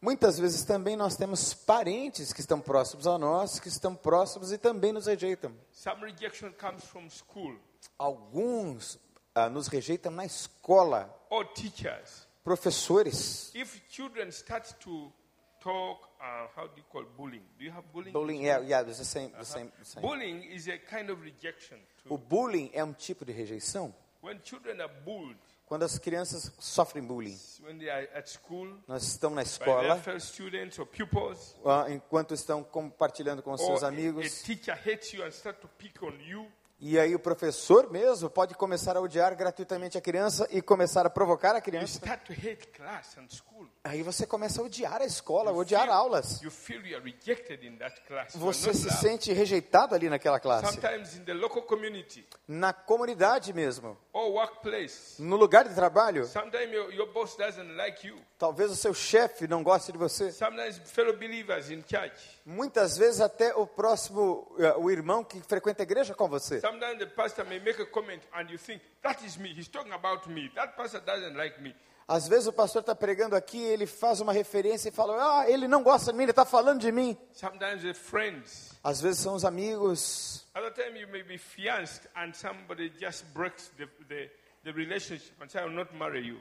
B: Muitas vezes também nós temos parentes que estão próximos a nós, que estão próximos e também nos rejeitam.
A: Some rejection comes from school
B: Alguns ah, nos rejeitam na escola,
A: or teachers.
B: professores.
A: If children start to talk, uh, how do you call bullying? Do you have bullying?
B: Bullying, yeah, yeah, it's the same, the same, the same.
A: Bullying is a kind of rejection.
B: O
A: Too.
B: bullying é um tipo de rejeição.
A: When children are bullied,
B: Quando as crianças sofrem bullying,
A: when they are at school,
B: nós estamos na
A: by their
B: escola,
A: fellow students or pupils,
B: ah, enquanto estão compartilhando com os
A: or
B: seus
A: a, a
B: amigos,
A: teacher hates you and start to pick on you,
B: e aí o professor mesmo pode começar a odiar gratuitamente a criança e começar a provocar a
A: you
B: criança.
A: start to hate class and school.
B: Aí você começa a odiar a escola,
A: You
B: odiar
A: feel-
B: aulas.
A: You feel you are rejected in that class. You are
B: Você
A: not
B: se
A: loved.
B: sente rejeitado ali naquela classe,
A: Sometimes in the local community
B: na comunidade mesmo,
A: or workplace,
B: no lugar de trabalho.
A: sometimes your, your boss doesn't like you.
B: Talvez o seu chefe não goste de você.
A: Sometimes fellow believers in church.
B: Muitas vezes até o próximo, eh, o irmão que frequenta a igreja com você.
A: Sometimes the pastor may make a comment and you think, that is me. He's talking about me. That pastor doesn't like me.
B: Às vezes o pastor está pregando aqui, ele faz uma referência e fala, ah, ele não gosta de mim, ele está falando de mim.
A: Sometimes the friends.
B: Às vezes são os amigos.
A: Other time you may be fianced and somebody just breaks the, the, the relationship and say, I will not marry you.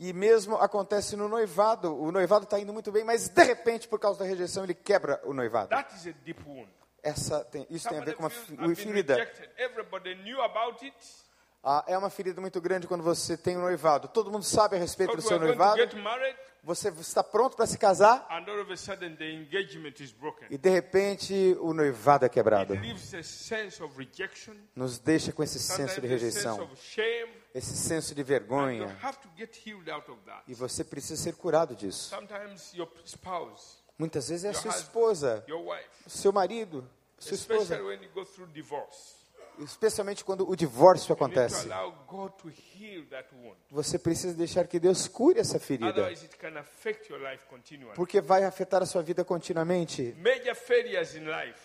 B: E mesmo acontece no noivado. O noivado está indo muito bem, mas de repente, por causa da rejeição, ele quebra o noivado.
A: That is a deep wound.
B: Essa tem- isso tem a
A: Somebody
B: ver com uma,
A: feels,
B: fe-
A: "I've
B: uma
A: been
B: ferida.
A: rejected. Everybody knew about it.
B: Ah, é uma ferida muito grande quando você tem um noivado. Todo mundo sabe a respeito do
A: But we
B: seu
A: are going to
B: noivado.
A: get married,
B: Você está pronto para se casar
A: and all of a sudden the engagement is broken.
B: e de repente o noivado é quebrado.
A: It leaves a sense of rejection,
B: Nos deixa com
A: Tá
B: esse senso de
A: sometimes a sense
B: rejeição,
A: of shame.
B: esse senso de
A: You
B: vergonha.
A: have to get healed out of that.
B: E você precisa ser curado disso.
A: Sometimes your spouse,
B: Muitas vezes é a
A: Your
B: sua
A: husband.
B: esposa,
A: your wife,
B: seu marido, sua
A: especially
B: esposa.
A: when you go through divorce,
B: Especialmente quando o divórcio
A: you need to
B: acontece.
A: allow God to heal that wound.
B: Você precisa deixar que Deus cure essa ferida,
A: Otherwise, it can affect your life continually.
B: porque vai afetar a sua vida continuamente.
A: Major failures in life,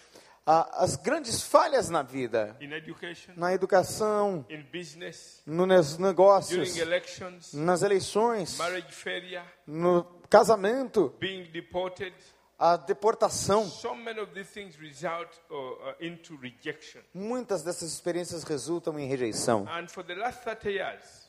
B: A- As grandes falhas na vida,
A: in education,
B: na educação,
A: in business,
B: no- nos
A: during
B: negócios,
A: elections,
B: nas eleições,
A: marriage failure,
B: no casamento,
A: being deported.
B: a deportação.
A: So many of these things result uh, uh, into rejection.
B: Muitas dessas experiências resultam em rejeição.
A: And for the last 30 years,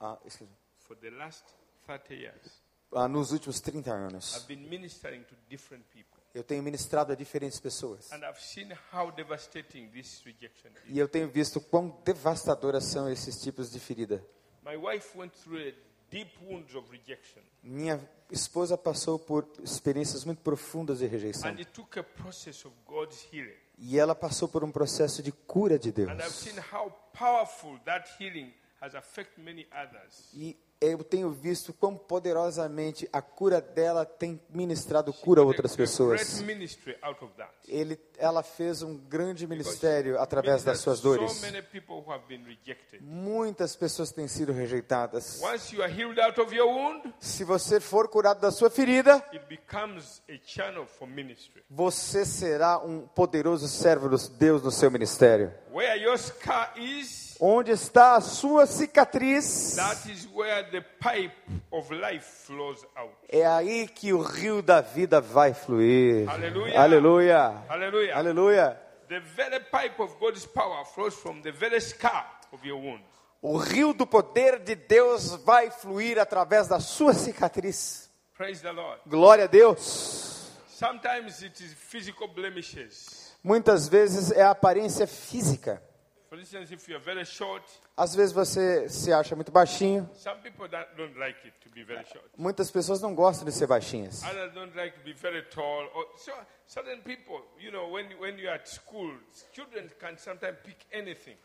B: Ah, esqueci.
A: for the last 30 years,
B: Ah, nos últimos 30 anos,
A: I've been ministering to different people.
B: eu tenho ministrado a diferentes pessoas.
A: And I've seen how devastating this rejection is.
B: E eu tenho visto quão devastadoras são esses tipos de ferida.
A: My wife went through a deep wound of rejection.
B: Minha esposa passou por experiências muito profundas de rejeição.
A: And it took a process of God's healing.
B: E ela passou por um processo de cura de
A: And I've
B: Deus.
A: seen how powerful that healing has affected many others.
B: E eu tenho visto quão poderosamente a cura dela tem ministrado cura a outras
A: A great
B: pessoas.
A: ministry out of that.
B: Ele, ela fez um grande ministério através das suas
A: So
B: dores.
A: many people who have been rejected.
B: Muitas pessoas têm sido rejeitadas.
A: Once you are healed out of your wound,
B: Se você for curado da sua ferida,
A: it becomes a channel for ministry.
B: você será um poderoso servo de Deus no seu ministério.
A: Where your scar is,
B: Onde está a sua cicatriz?
A: that is where the pipe of life flows out.
B: É aí que o rio da vida vai fluir.
A: Aleluia.
B: Aleluia.
A: Hallelujah.
B: Aleluia.
A: The very pipe of God's power flows from the very scar of your wound.
B: O rio do poder de Deus vai fluir através da sua cicatriz.
A: Praise the Lord.
B: Glória a Deus.
A: Sometimes it is physical blemishes.
B: Muitas vezes é a aparência física.
A: For instance, if you are very short,
B: Às vezes você se acha muito baixinho.
A: some people that don't like it to be very short.
B: Muitas pessoas não gostam de ser baixinhas.
A: Others don't like to be very tall. Or so certain people, you know, when when you're at school, children can sometimes pick anything.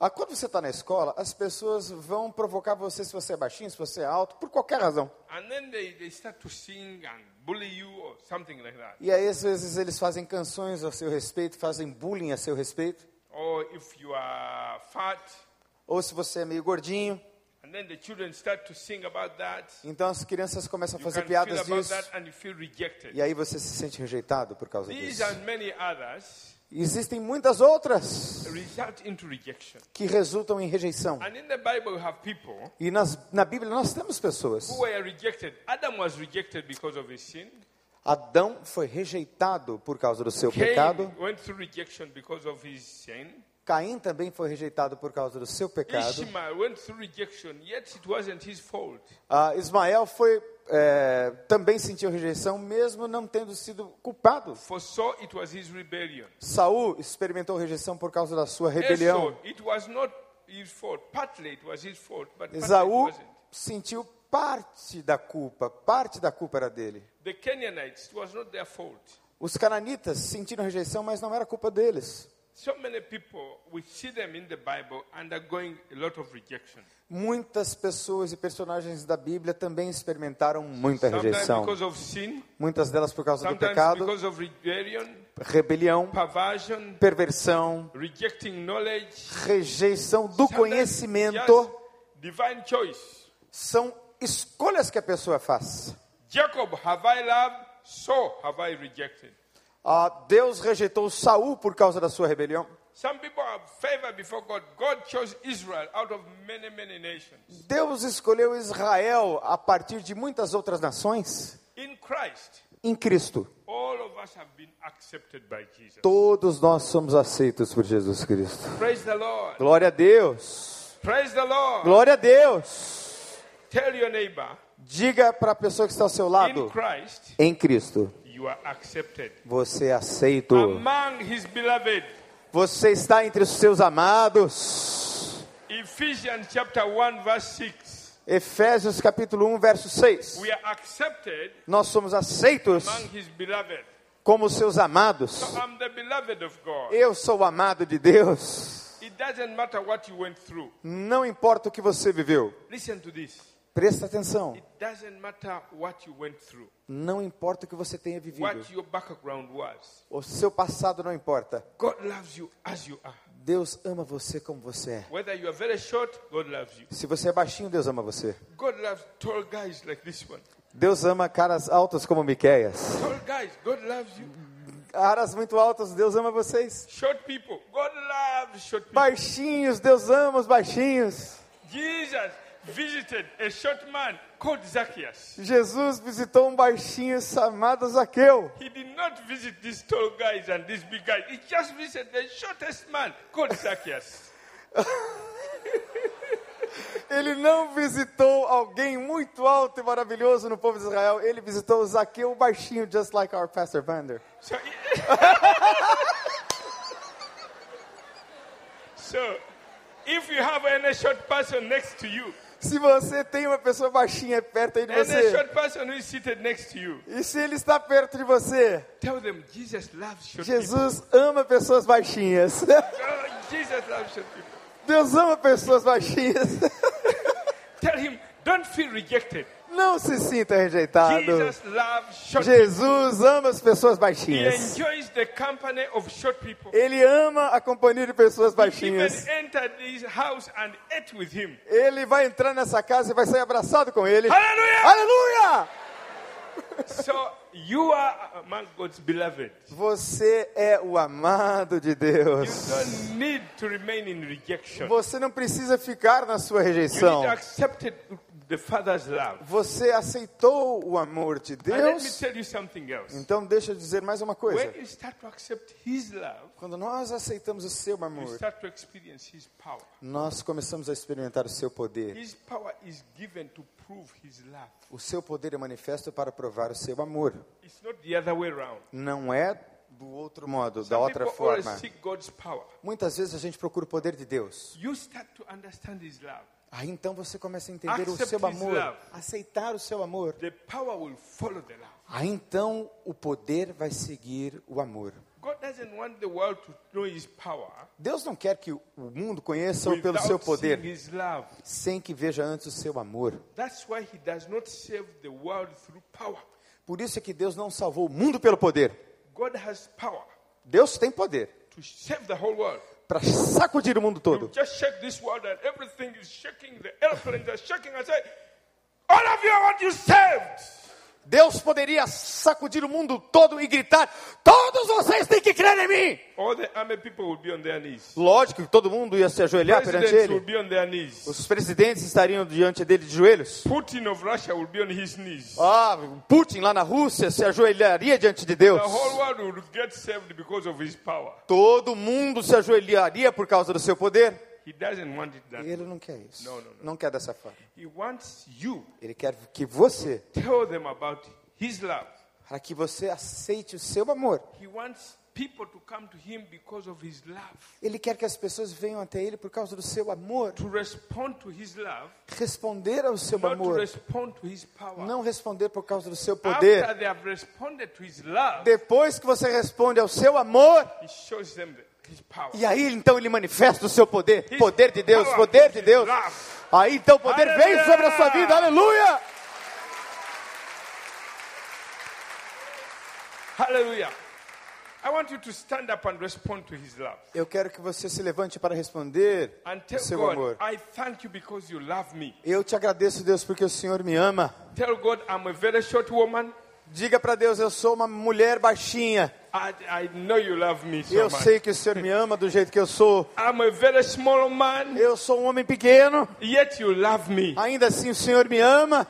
B: Ah, Quando você está na escola, as pessoas vão provocar você se você é baixinho, se você é alto, por qualquer razão.
A: And then they, they start to sing and bully you or something like that.
B: E aí, às vezes, eles fazem canções a seu respeito, fazem bullying a seu respeito.
A: Or if you are fat
B: Ou se você é meio gordinho,
A: and And then the children start to sing about that.
B: Então as crianças começam a
A: You
B: fazer
A: can feel
B: piadas
A: about
B: disso.
A: that and you feel rejected.
B: E aí você se sente rejeitado por causa
A: These
B: disso.
A: and many others
B: Existem muitas outras
A: result into rejection.
B: que resultam em rejeição.
A: And in the Bible, we have people
B: E nas, na Bíblia nós temos pessoas.
A: who were rejected. Adam was rejected because of his sin.
B: Adão foi rejeitado por causa do seu
A: Cain
B: pecado.
A: went through rejection because of his sin.
B: Caim também foi rejeitado por causa do seu pecado.
A: Ishmael went through rejection, yet it wasn't his fault.
B: Ah, Ismael foi eh, também sentiu rejeição, mesmo não tendo sido culpado.
A: For so it was his rebellion.
B: Saul experimentou rejeição por causa da sua
A: Esau,
B: rebelião.
A: it was not his fault. Partly it was his fault, but partly it
B: Esaú
A: wasn't.
B: sentiu parte da culpa, parte da culpa era dele.
A: The Canaanites, it was not their fault.
B: Os cananitas sentiram rejeição, mas não era culpa deles.
A: So many people, we see them in the Bible undergoing a lot of rejection.
B: Muitas pessoas e personagens da Bíblia também experimentaram muita
A: Sometimes
B: rejeição.
A: because of sin,
B: Muitas delas por causa do
A: sometimes
B: pecado,
A: because of rebellion,
B: rebelião,
A: perversion,
B: perversão,
A: rejecting knowledge.
B: rejeição do
A: Sometimes
B: conhecimento.
A: just Divine choice.
B: São escolhas que a pessoa faz.
A: Jacob have I loved, so have I rejected.
B: Ah, Deus rejeitou Saul por causa da sua rebelião.
A: Some people have favor before God. God chose Israel out of many, many nations.
B: Deus escolheu Israel a partir de muitas outras nações.
A: In Christ,
B: Em Cristo,
A: all of us have been accepted by Jesus.
B: todos nós somos aceitos por Jesus Cristo.
A: Praise the Lord.
B: Glória a Deus.
A: Praise the Lord.
B: Glória a Deus.
A: Tell your neighbor,
B: Diga para a pessoa que está ao seu
A: in
B: lado,
A: Christ,
B: em Cristo,
A: you are accepted.
B: você é aceito.
A: Among his beloved.
B: Você está entre os seus amados.
A: Ephesians chapter 1, verse 6.
B: Efésios capítulo 1, verso 6.
A: We are accepted
B: Nós somos aceitos
A: among his beloved.
B: como seus amados.
A: So I'm the beloved of God.
B: Eu sou o amado de Deus.
A: It doesn't matter what you went through.
B: Não importa o que você viveu.
A: Listen to this.
B: Presta atenção.
A: It doesn't matter what you went through,
B: Não importa o que você tenha vivido.
A: what your background was.
B: O seu passado não importa.
A: God loves you as you are.
B: Deus ama você como você é.
A: Whether you are very short, God loves you.
B: Se você é baixinho, Deus ama você.
A: God loves tall guys like this one.
B: Deus ama caras altas como Miqueias.
A: Tall guys, God loves you.
B: Caras muito altas, Deus ama vocês.
A: Short people, God loves short people.
B: Baixinhos, Deus ama os baixinhos.
A: Jesus visited a short man called Zacchaeus.
B: Jesus visitou um baixinho chamado Zaqueu.
A: He did not visit these tall guys and these big guys. He just visited the shortest man called Zacchaeus.
B: Ele não visitou alguém muito alto e maravilhoso no povo de Israel. Ele visitou Zaqueu, o baixinho, just like our pastor Vander.
A: So, so, if you have any short person next to you,
B: Se você tem uma pessoa baixinha perto aí de
A: any
B: você,
A: short person who is seated next to you,
B: e se ele está perto de você,
A: tell them Jesus loves short people.
B: Jesus ama pessoas baixinhas.
A: Oh, Jesus loves short people.
B: Deus ama pessoas baixinhas.
A: Tell him, don't feel rejected.
B: Não se sinta rejeitado.
A: Jesus loves short people.
B: Jesus ama as pessoas
A: He
B: baixinhas.
A: enjoys the company of short people.
B: Ele ama a companhia de pessoas
A: He even
B: baixinhas.
A: entered his house and ate with him.
B: Ele vai entrar nessa casa e vai sair abraçado com ele.
A: Hallelujah!
B: Aleluia! Ah!
A: So you are among God's beloved.
B: Você é o amado de
A: You
B: Deus.
A: don't need to remain in rejection.
B: Você não precisa ficar na sua
A: You
B: rejeição.
A: need to accept it- the Father's love.
B: Você aceitou o amor de
A: And let me
B: Deus.
A: tell you something else.
B: Então deixa eu dizer mais uma coisa.
A: When you start to accept His love,
B: Quando nós aceitamos o seu
A: you
B: amor,
A: start to experience His power.
B: nós começamos a experimentar o seu poder.
A: His power is given to prove His love.
B: O seu poder é manifesto para provar o seu amor.
A: It's not the other way around.
B: Não é do outro modo, da
A: Some
B: outra
A: people always
B: forma.
A: seek God's power.
B: Muitas vezes a gente procura o poder de Deus.
A: You start to understand His love.
B: Aí então você começa a entender
A: Accept
B: o seu
A: his
B: amor,
A: love.
B: aceitar o seu amor.
A: The power will follow the love.
B: Aí então o poder vai seguir o amor.
A: God doesn't want the world to know His power
B: Deus não quer que o mundo conheça o pelo
A: without
B: seu
A: seeing
B: poder,
A: His love.
B: sem que veja antes o seu amor.
A: That's why He does not save the world through power.
B: Por isso é que Deus não salvou o mundo pelo poder.
A: God has power
B: Deus tem poder
A: to save the whole world.
B: para sacudir o mundo todo.
A: Just shake this world and everything is shaking. The airplanes are shaking. I say, all of you are what you saved.
B: Deus poderia sacudir o mundo todo e gritar: Todos vocês têm que crer em mim!
A: All the army people will be on their knees.
B: Lógico que todo mundo ia se ajoelhar perante
A: Presidents will
B: ele.
A: be on their knees.
B: Os presidentes estariam diante dele de joelhos.
A: Putin of Russia will be on his knees.
B: Ah, Putin lá na Rússia se ajoelharia diante de
A: The
B: Deus.
A: whole world will get saved because of his power.
B: Todo mundo se ajoelharia por causa do seu poder.
A: He doesn't want it that.
B: Ele não quer isso.
A: Não, não, não.
B: quer dessa forma.
A: He wants you
B: Ele quer que você,
A: tell them about his love.
B: para que você aceite o seu amor.
A: He wants people to come to him because of his love.
B: Ele quer que as pessoas venham até ele por causa do seu amor.
A: To respond to his love,
B: Responder ao seu
A: not to
B: amor.
A: respond to his power.
B: Não responder por causa do seu poder.
A: After they have responded to his love,
B: Depois que você responde ao seu amor,
A: he shows them the, his power.
B: e aí então ele manifesta o seu poder. Poder de Deus,
A: power
B: poder de
A: is
B: Deus.
A: love.
B: Aí então o poder vem
A: Aleluia!
B: sobre a sua vida. Aleluia!
A: Hallelujah. I want you to stand up and respond to his love.
B: Eu quero que você se levante para responder
A: And
B: o
A: tell
B: seu
A: God,
B: amor.
A: I thank you because you love me.
B: Eu te agradeço, Deus, porque o Senhor me ama.
A: Tell God, I'm a very short woman.
B: Diga para Deus, eu sou uma mulher baixinha.
A: I, I know you love me so
B: Eu
A: much.
B: sei que o Senhor me ama do jeito que eu sou.
A: I'm a very small man,
B: Eu sou um homem pequeno,
A: yet you love me.
B: ainda assim o Senhor me ama.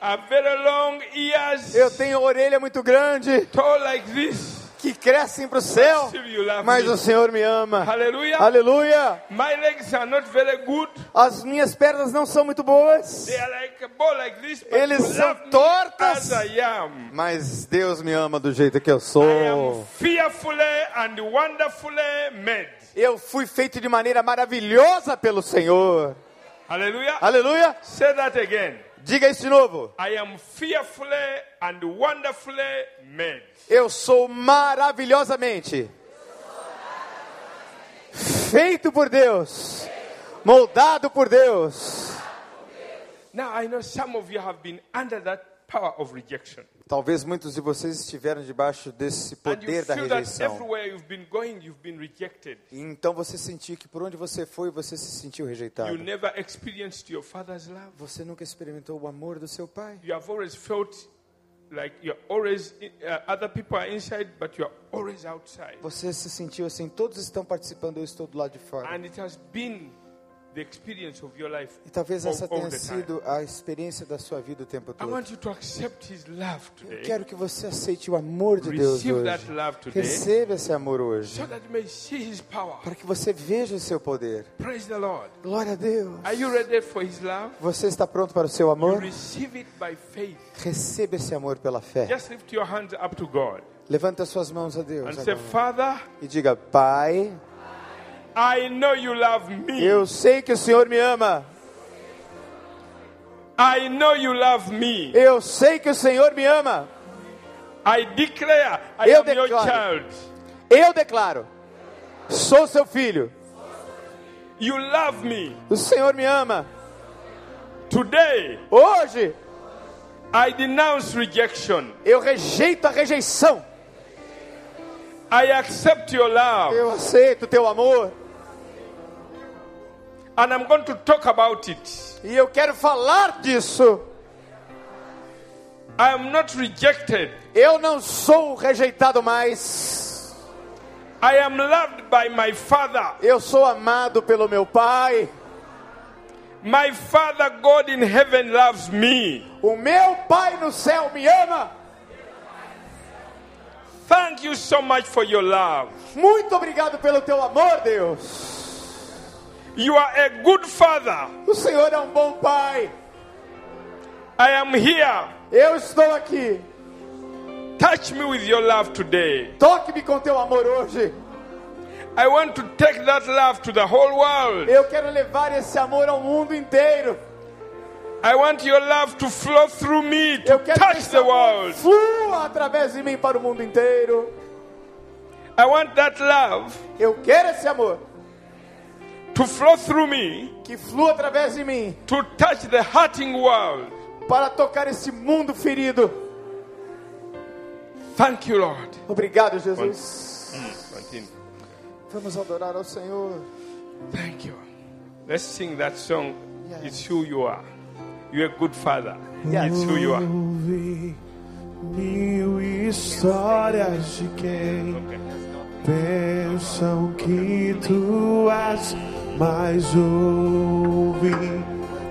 A: I have very long ears,
B: Eu tenho orelha muito grande,
A: tall like this.
B: que crescem para o céu,
A: Still you love
B: mas
A: me.
B: o Senhor me ama.
A: Hallelujah.
B: Aleluia!
A: My legs are not very good.
B: As minhas pernas não são muito boas,
A: They are like a ball like this, but
B: Eles
A: you
B: são
A: love me
B: tortas.
A: as I am.
B: mas Deus me ama do jeito que
A: I
B: eu
A: am
B: sou.
A: fearfully and wonderfully made.
B: Eu fui feito de maneira maravilhosa pelo Senhor.
A: Hallelujah.
B: Aleluia!
A: Say that again.
B: Diga isso de novo.
A: I am fearfully and wonderfully made.
B: Eu sou maravilhosamente feito por Deus, moldado por Deus.
A: Now I know some of you have been under that power of rejection.
B: Talvez muitos de vocês estiveram debaixo desse
A: And you
B: poder da
A: feel that
B: rejeição.
A: everywhere you've been going, you've been rejected.
B: E Então você sentiu que por onde você foi, você se sentiu rejeitado.
A: You never experienced your father's love.
B: Você nunca experimentou o amor do seu pai.
A: You have always felt like you're always, uh, other people are inside, but you're always outside.
B: Você se sentiu assim, todos estão participando, eu estou do lado de fora.
A: And it has been the experience of your life.
B: E talvez
A: all-
B: essa
A: all
B: tenha
A: the time.
B: sido a experiência da sua vida o tempo
A: I
B: todo.
A: want you to accept his love
B: Eu
A: today
B: quero que você aceite o amor de Deus
A: Receive
B: hoje.
A: that love today.
B: Receba esse amor hoje.
A: so that you may see his power.
B: Para que você veja o seu poder.
A: Praise the Lord.
B: Glória a Deus.
A: Are you ready for his love?
B: Você está pronto para o seu
A: You
B: amor?
A: receive it by faith.
B: Receba esse amor pela fé.
A: Just lift your hands up to God
B: Levanta suas mãos a Deus
A: and say,
B: agora.
A: Father,
B: e diga: Pai,
A: I know you love me.
B: eu sei que o Senhor me ama.
A: I know you love me.
B: Eu sei que o Senhor me ama.
A: I declare I
B: Eu
A: am your
B: declaro.
A: child.
B: Eu declaro: sou seu filho.
A: You love me.
B: O Senhor me ama.
A: Today,
B: Hoje
A: I denounce rejection.
B: eu rejeito a rejeição.
A: I accept your love.
B: Eu aceito o teu amor.
A: And I'm going to talk about it.
B: E eu quero falar disso.
A: I am not rejected.
B: Eu não sou rejeitado mais.
A: I am loved by my Father.
B: Eu sou amado pelo meu Pai.
A: My Father, God in heaven, loves me.
B: O meu Pai no céu me ama.
A: Thank you so much for your love.
B: Muito obrigado pelo teu amor, Deus.
A: You are a good Father.
B: O Senhor é um bom Pai.
A: I am here.
B: Eu estou aqui.
A: Touch me with your love today.
B: Toque-me com teu amor hoje.
A: I want to take that love to the whole world.
B: Eu quero levar esse amor ao mundo inteiro.
A: I want your love to flow through me to
B: Eu quero que
A: touch
B: esse
A: the
B: amor
A: world.
B: flua através de mim para o mundo inteiro.
A: I want that love
B: Eu quero esse amor
A: to flow through me
B: que flua através de mim
A: to touch the hurting world.
B: para tocar esse mundo ferido.
A: Thank you, Lord.
B: Obrigado, Jesus. Vamos adorar ao Senhor.
A: Thank you. Let's sing that song.
B: Yeah.
A: It's who you are. You're a good father. It's who you are.
C: Ouvi mil histórias de quem
A: Okay.
C: pensam que tu és, mas ouvi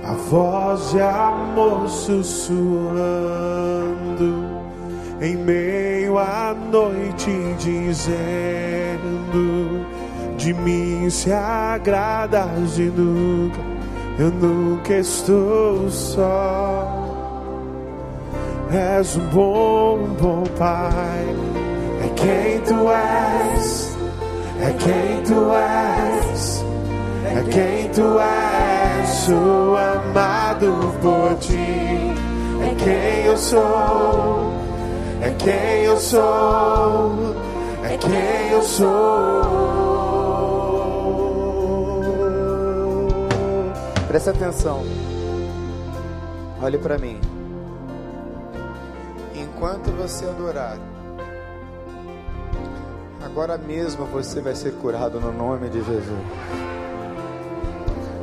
C: a voz de amor sussurrando em meio à noite, dizendo: De mim se agradas e nunca, eu nunca estou só. És um bom, bom pai. É quem tu és. É quem tu és. É quem tu és. Sou amado por ti. É quem eu sou. É quem eu sou. É quem eu sou.
B: Presta atenção. Olhe para mim. Enquanto você adorar, agora mesmo você vai ser curado no nome de Jesus.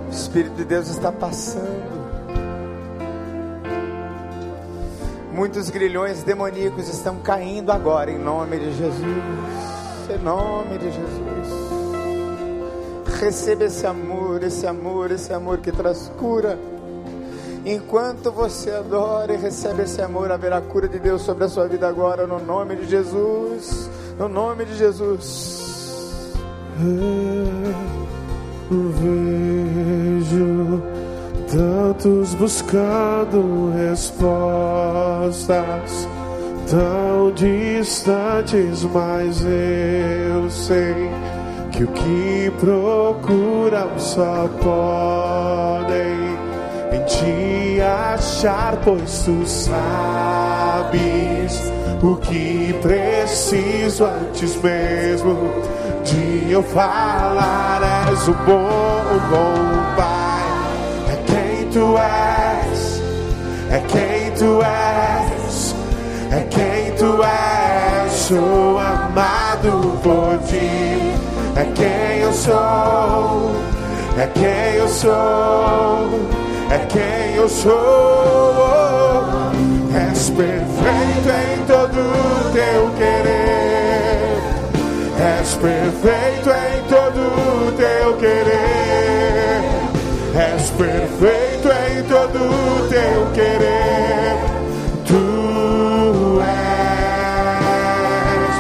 B: O Espírito de Deus está passando. Muitos grilhões demoníacos estão caindo agora em nome de Jesus. Em nome de Jesus. Receba esse amor, esse amor, esse amor que traz cura. Enquanto você adora e recebe esse amor, haverá cura de Deus sobre a sua vida agora, no nome de Jesus. No nome de Jesus.
C: Eu Vejo tantos buscando respostas tão distantes, mas eu sei que o que procuram só podem em ti achar, pois tu sabes o que preciso antes mesmo de eu falar. És o bom, o bom Pai, é quem tu és, é quem tu és, é quem tu és. Sou amado por ti, é quem eu sou. É quem eu sou, é quem eu sou. És perfeito em todo o teu querer. És perfeito em todo o teu querer. És perfeito em todo o teu querer. Tu és.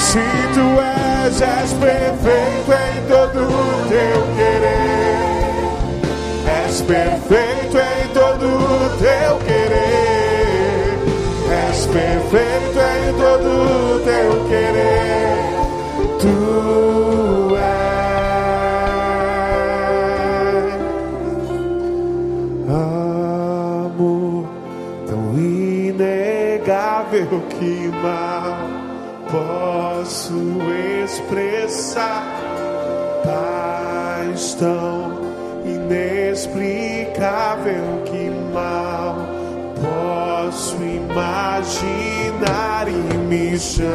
C: Se tu és, és perfeito em todo o teu querer. És perfeito em todo o teu querer. És perfeito em todo o teu querer. Tu és amor tão inegável que mal posso expressar paz tão inexplicável que mal posso imaginar e me chamas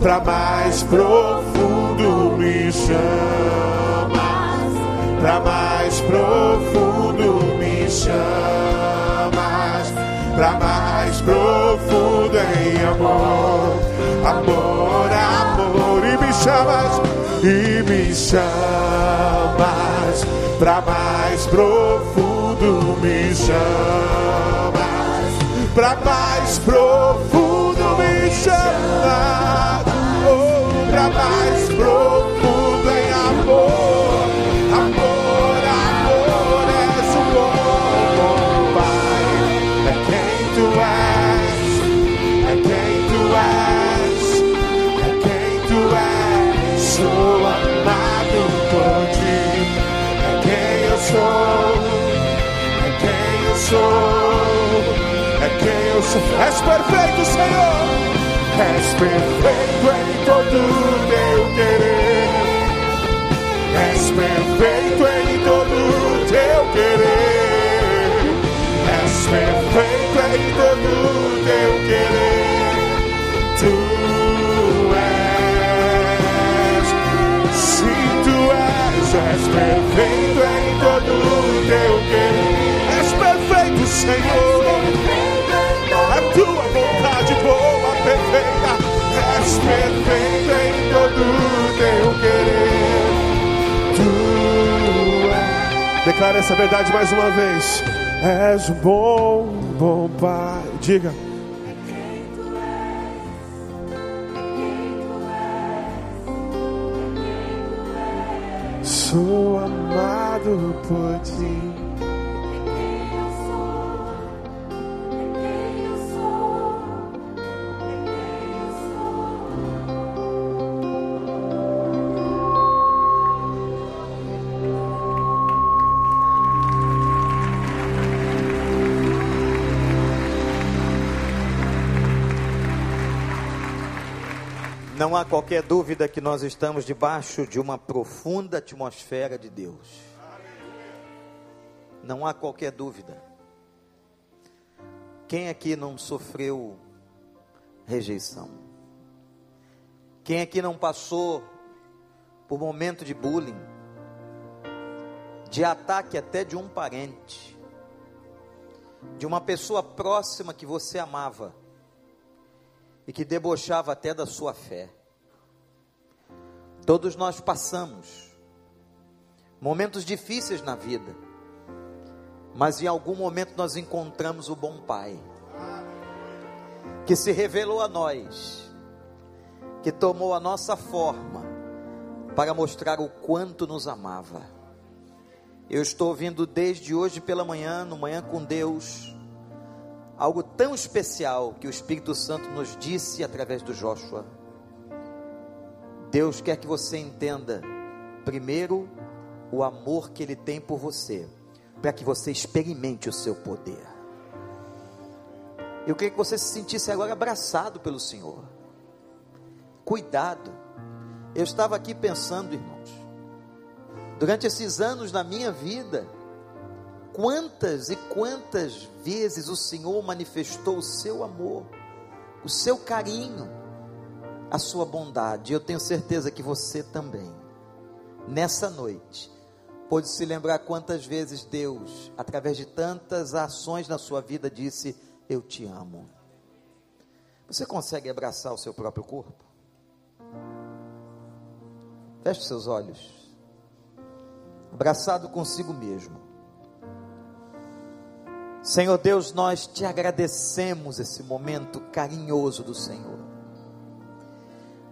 C: pra mais profundo me chamas pra mais profundo me chamas pra mais profundo em amor amor amor e me chamas e me chamas pra mais profundo me chamas pra mais profundo me chamas oh, pra mais profundo em amor amor amor és o bom, bom pai é quem tu és é quem tu és é quem tu és, sou amado por ti. É quem eu sou, é quem eu sou, é quem eu sou. És perfeito, Senhor. És perfeito em todo o teu querer. És perfeito em todo o teu querer. És perfeito em todo o teu querer. Tu és. Declara essa verdade mais uma vez. És um bom, bom pai. Diga. Sou amado por ti.
D: Não há qualquer dúvida que nós estamos debaixo de uma profunda atmosfera de Deus. Não há qualquer dúvida. Quem aqui não sofreu rejeição? Quem aqui não passou por momento de bullying? De ataque até de um parente? De uma pessoa próxima que você amava? e que debochava até da sua fé. Todos nós passamos momentos difíceis na vida, mas em algum momento nós encontramos o bom Pai, que se revelou a nós, que tomou a nossa forma para mostrar o quanto nos amava. Eu estou ouvindo desde hoje pela manhã, no Manhã com Deus algo tão especial que o Espírito Santo nos disse através do Joshua. Deus quer que você entenda, primeiro, o amor que Ele tem por você, para que você experimente o seu poder. Eu queria que você se sentisse agora abraçado pelo Senhor. Cuidado. Eu estava aqui pensando, irmãos, durante esses anos na minha vida, quantas e quantas vezes o Senhor manifestou o seu amor, o seu carinho, a sua bondade. Eu tenho certeza que você também, nessa noite, pôde se lembrar quantas vezes Deus, através de tantas ações na sua vida, disse: Eu te amo. Você consegue abraçar o seu próprio corpo? Feche seus olhos. Abraçado consigo mesmo. Senhor Deus, nós te agradecemos esse momento carinhoso do Senhor.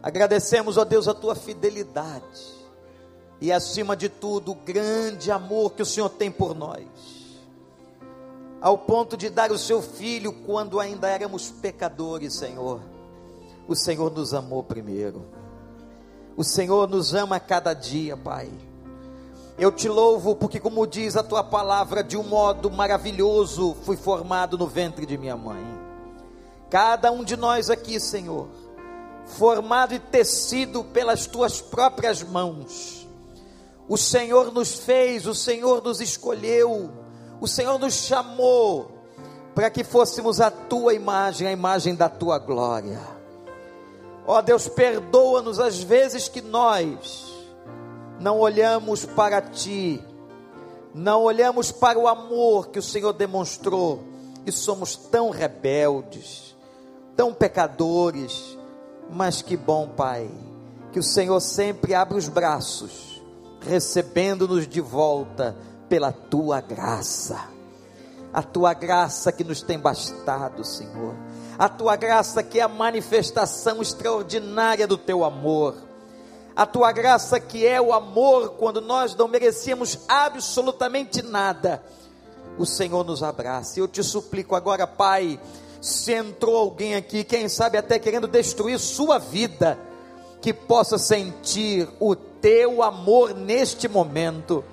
D: Agradecemos, ó Deus, a tua fidelidade e, acima de tudo, o grande amor que o Senhor tem por nós, ao ponto de dar o seu filho quando ainda éramos pecadores, Senhor. O Senhor nos amou primeiro. O Senhor nos ama a cada dia, Pai. Eu te louvo porque, como diz a tua palavra, de um modo maravilhoso fui formado no ventre de minha mãe. Cada um de nós aqui, Senhor, formado e tecido pelas tuas próprias mãos. O Senhor nos fez, o Senhor nos escolheu, o Senhor nos chamou para que fôssemos a tua imagem, a imagem da tua glória. Ó oh, Deus, perdoa-nos as vezes que nós não olhamos para ti, não olhamos para o amor que o Senhor demonstrou e somos tão rebeldes, tão pecadores. Mas que bom, Pai, que o Senhor sempre abre os braços, recebendo-nos de volta pela tua graça. A tua graça que nos tem bastado, Senhor. A tua graça que é a manifestação extraordinária do teu amor a tua graça que é o amor, quando nós não merecíamos absolutamente nada, o Senhor nos abraça. Eu te suplico agora, Pai, se entrou alguém aqui, quem sabe até querendo destruir sua vida, que possa sentir o teu amor neste momento,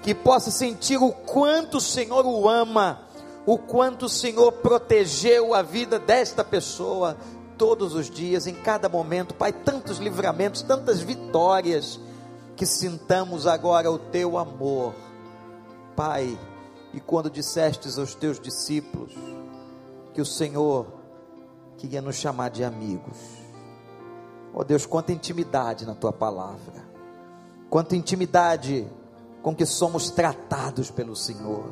D: que possa sentir o quanto o Senhor o ama, o quanto o Senhor protegeu a vida desta pessoa, todos os dias, em cada momento, Pai, tantos livramentos, tantas vitórias, que sintamos agora o teu amor, Pai. E quando dissestes aos teus discípulos que o Senhor queria nos chamar de amigos, ó oh Deus, quanta intimidade na tua palavra, quanta intimidade com que somos tratados pelo Senhor.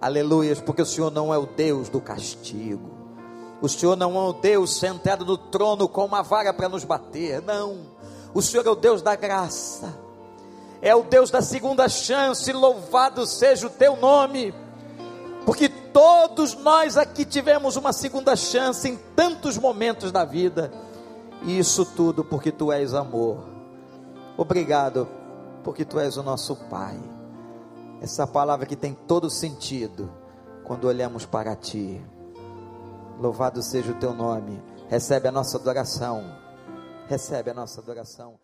D: Aleluias, porque o Senhor não é o Deus do castigo. O Senhor não é o Deus sentado no trono com uma vara para nos bater, não. O Senhor é o Deus da graça. é o Deus da segunda chance, louvado seja o teu nome, porque todos nós aqui tivemos uma segunda chance em tantos momentos da vida, e isso tudo porque tu és amor. Obrigado, porque tu és o nosso Pai. Essa palavra que tem todo sentido quando olhamos para ti. Louvado seja o teu nome. Recebe a nossa adoração. Recebe a nossa adoração.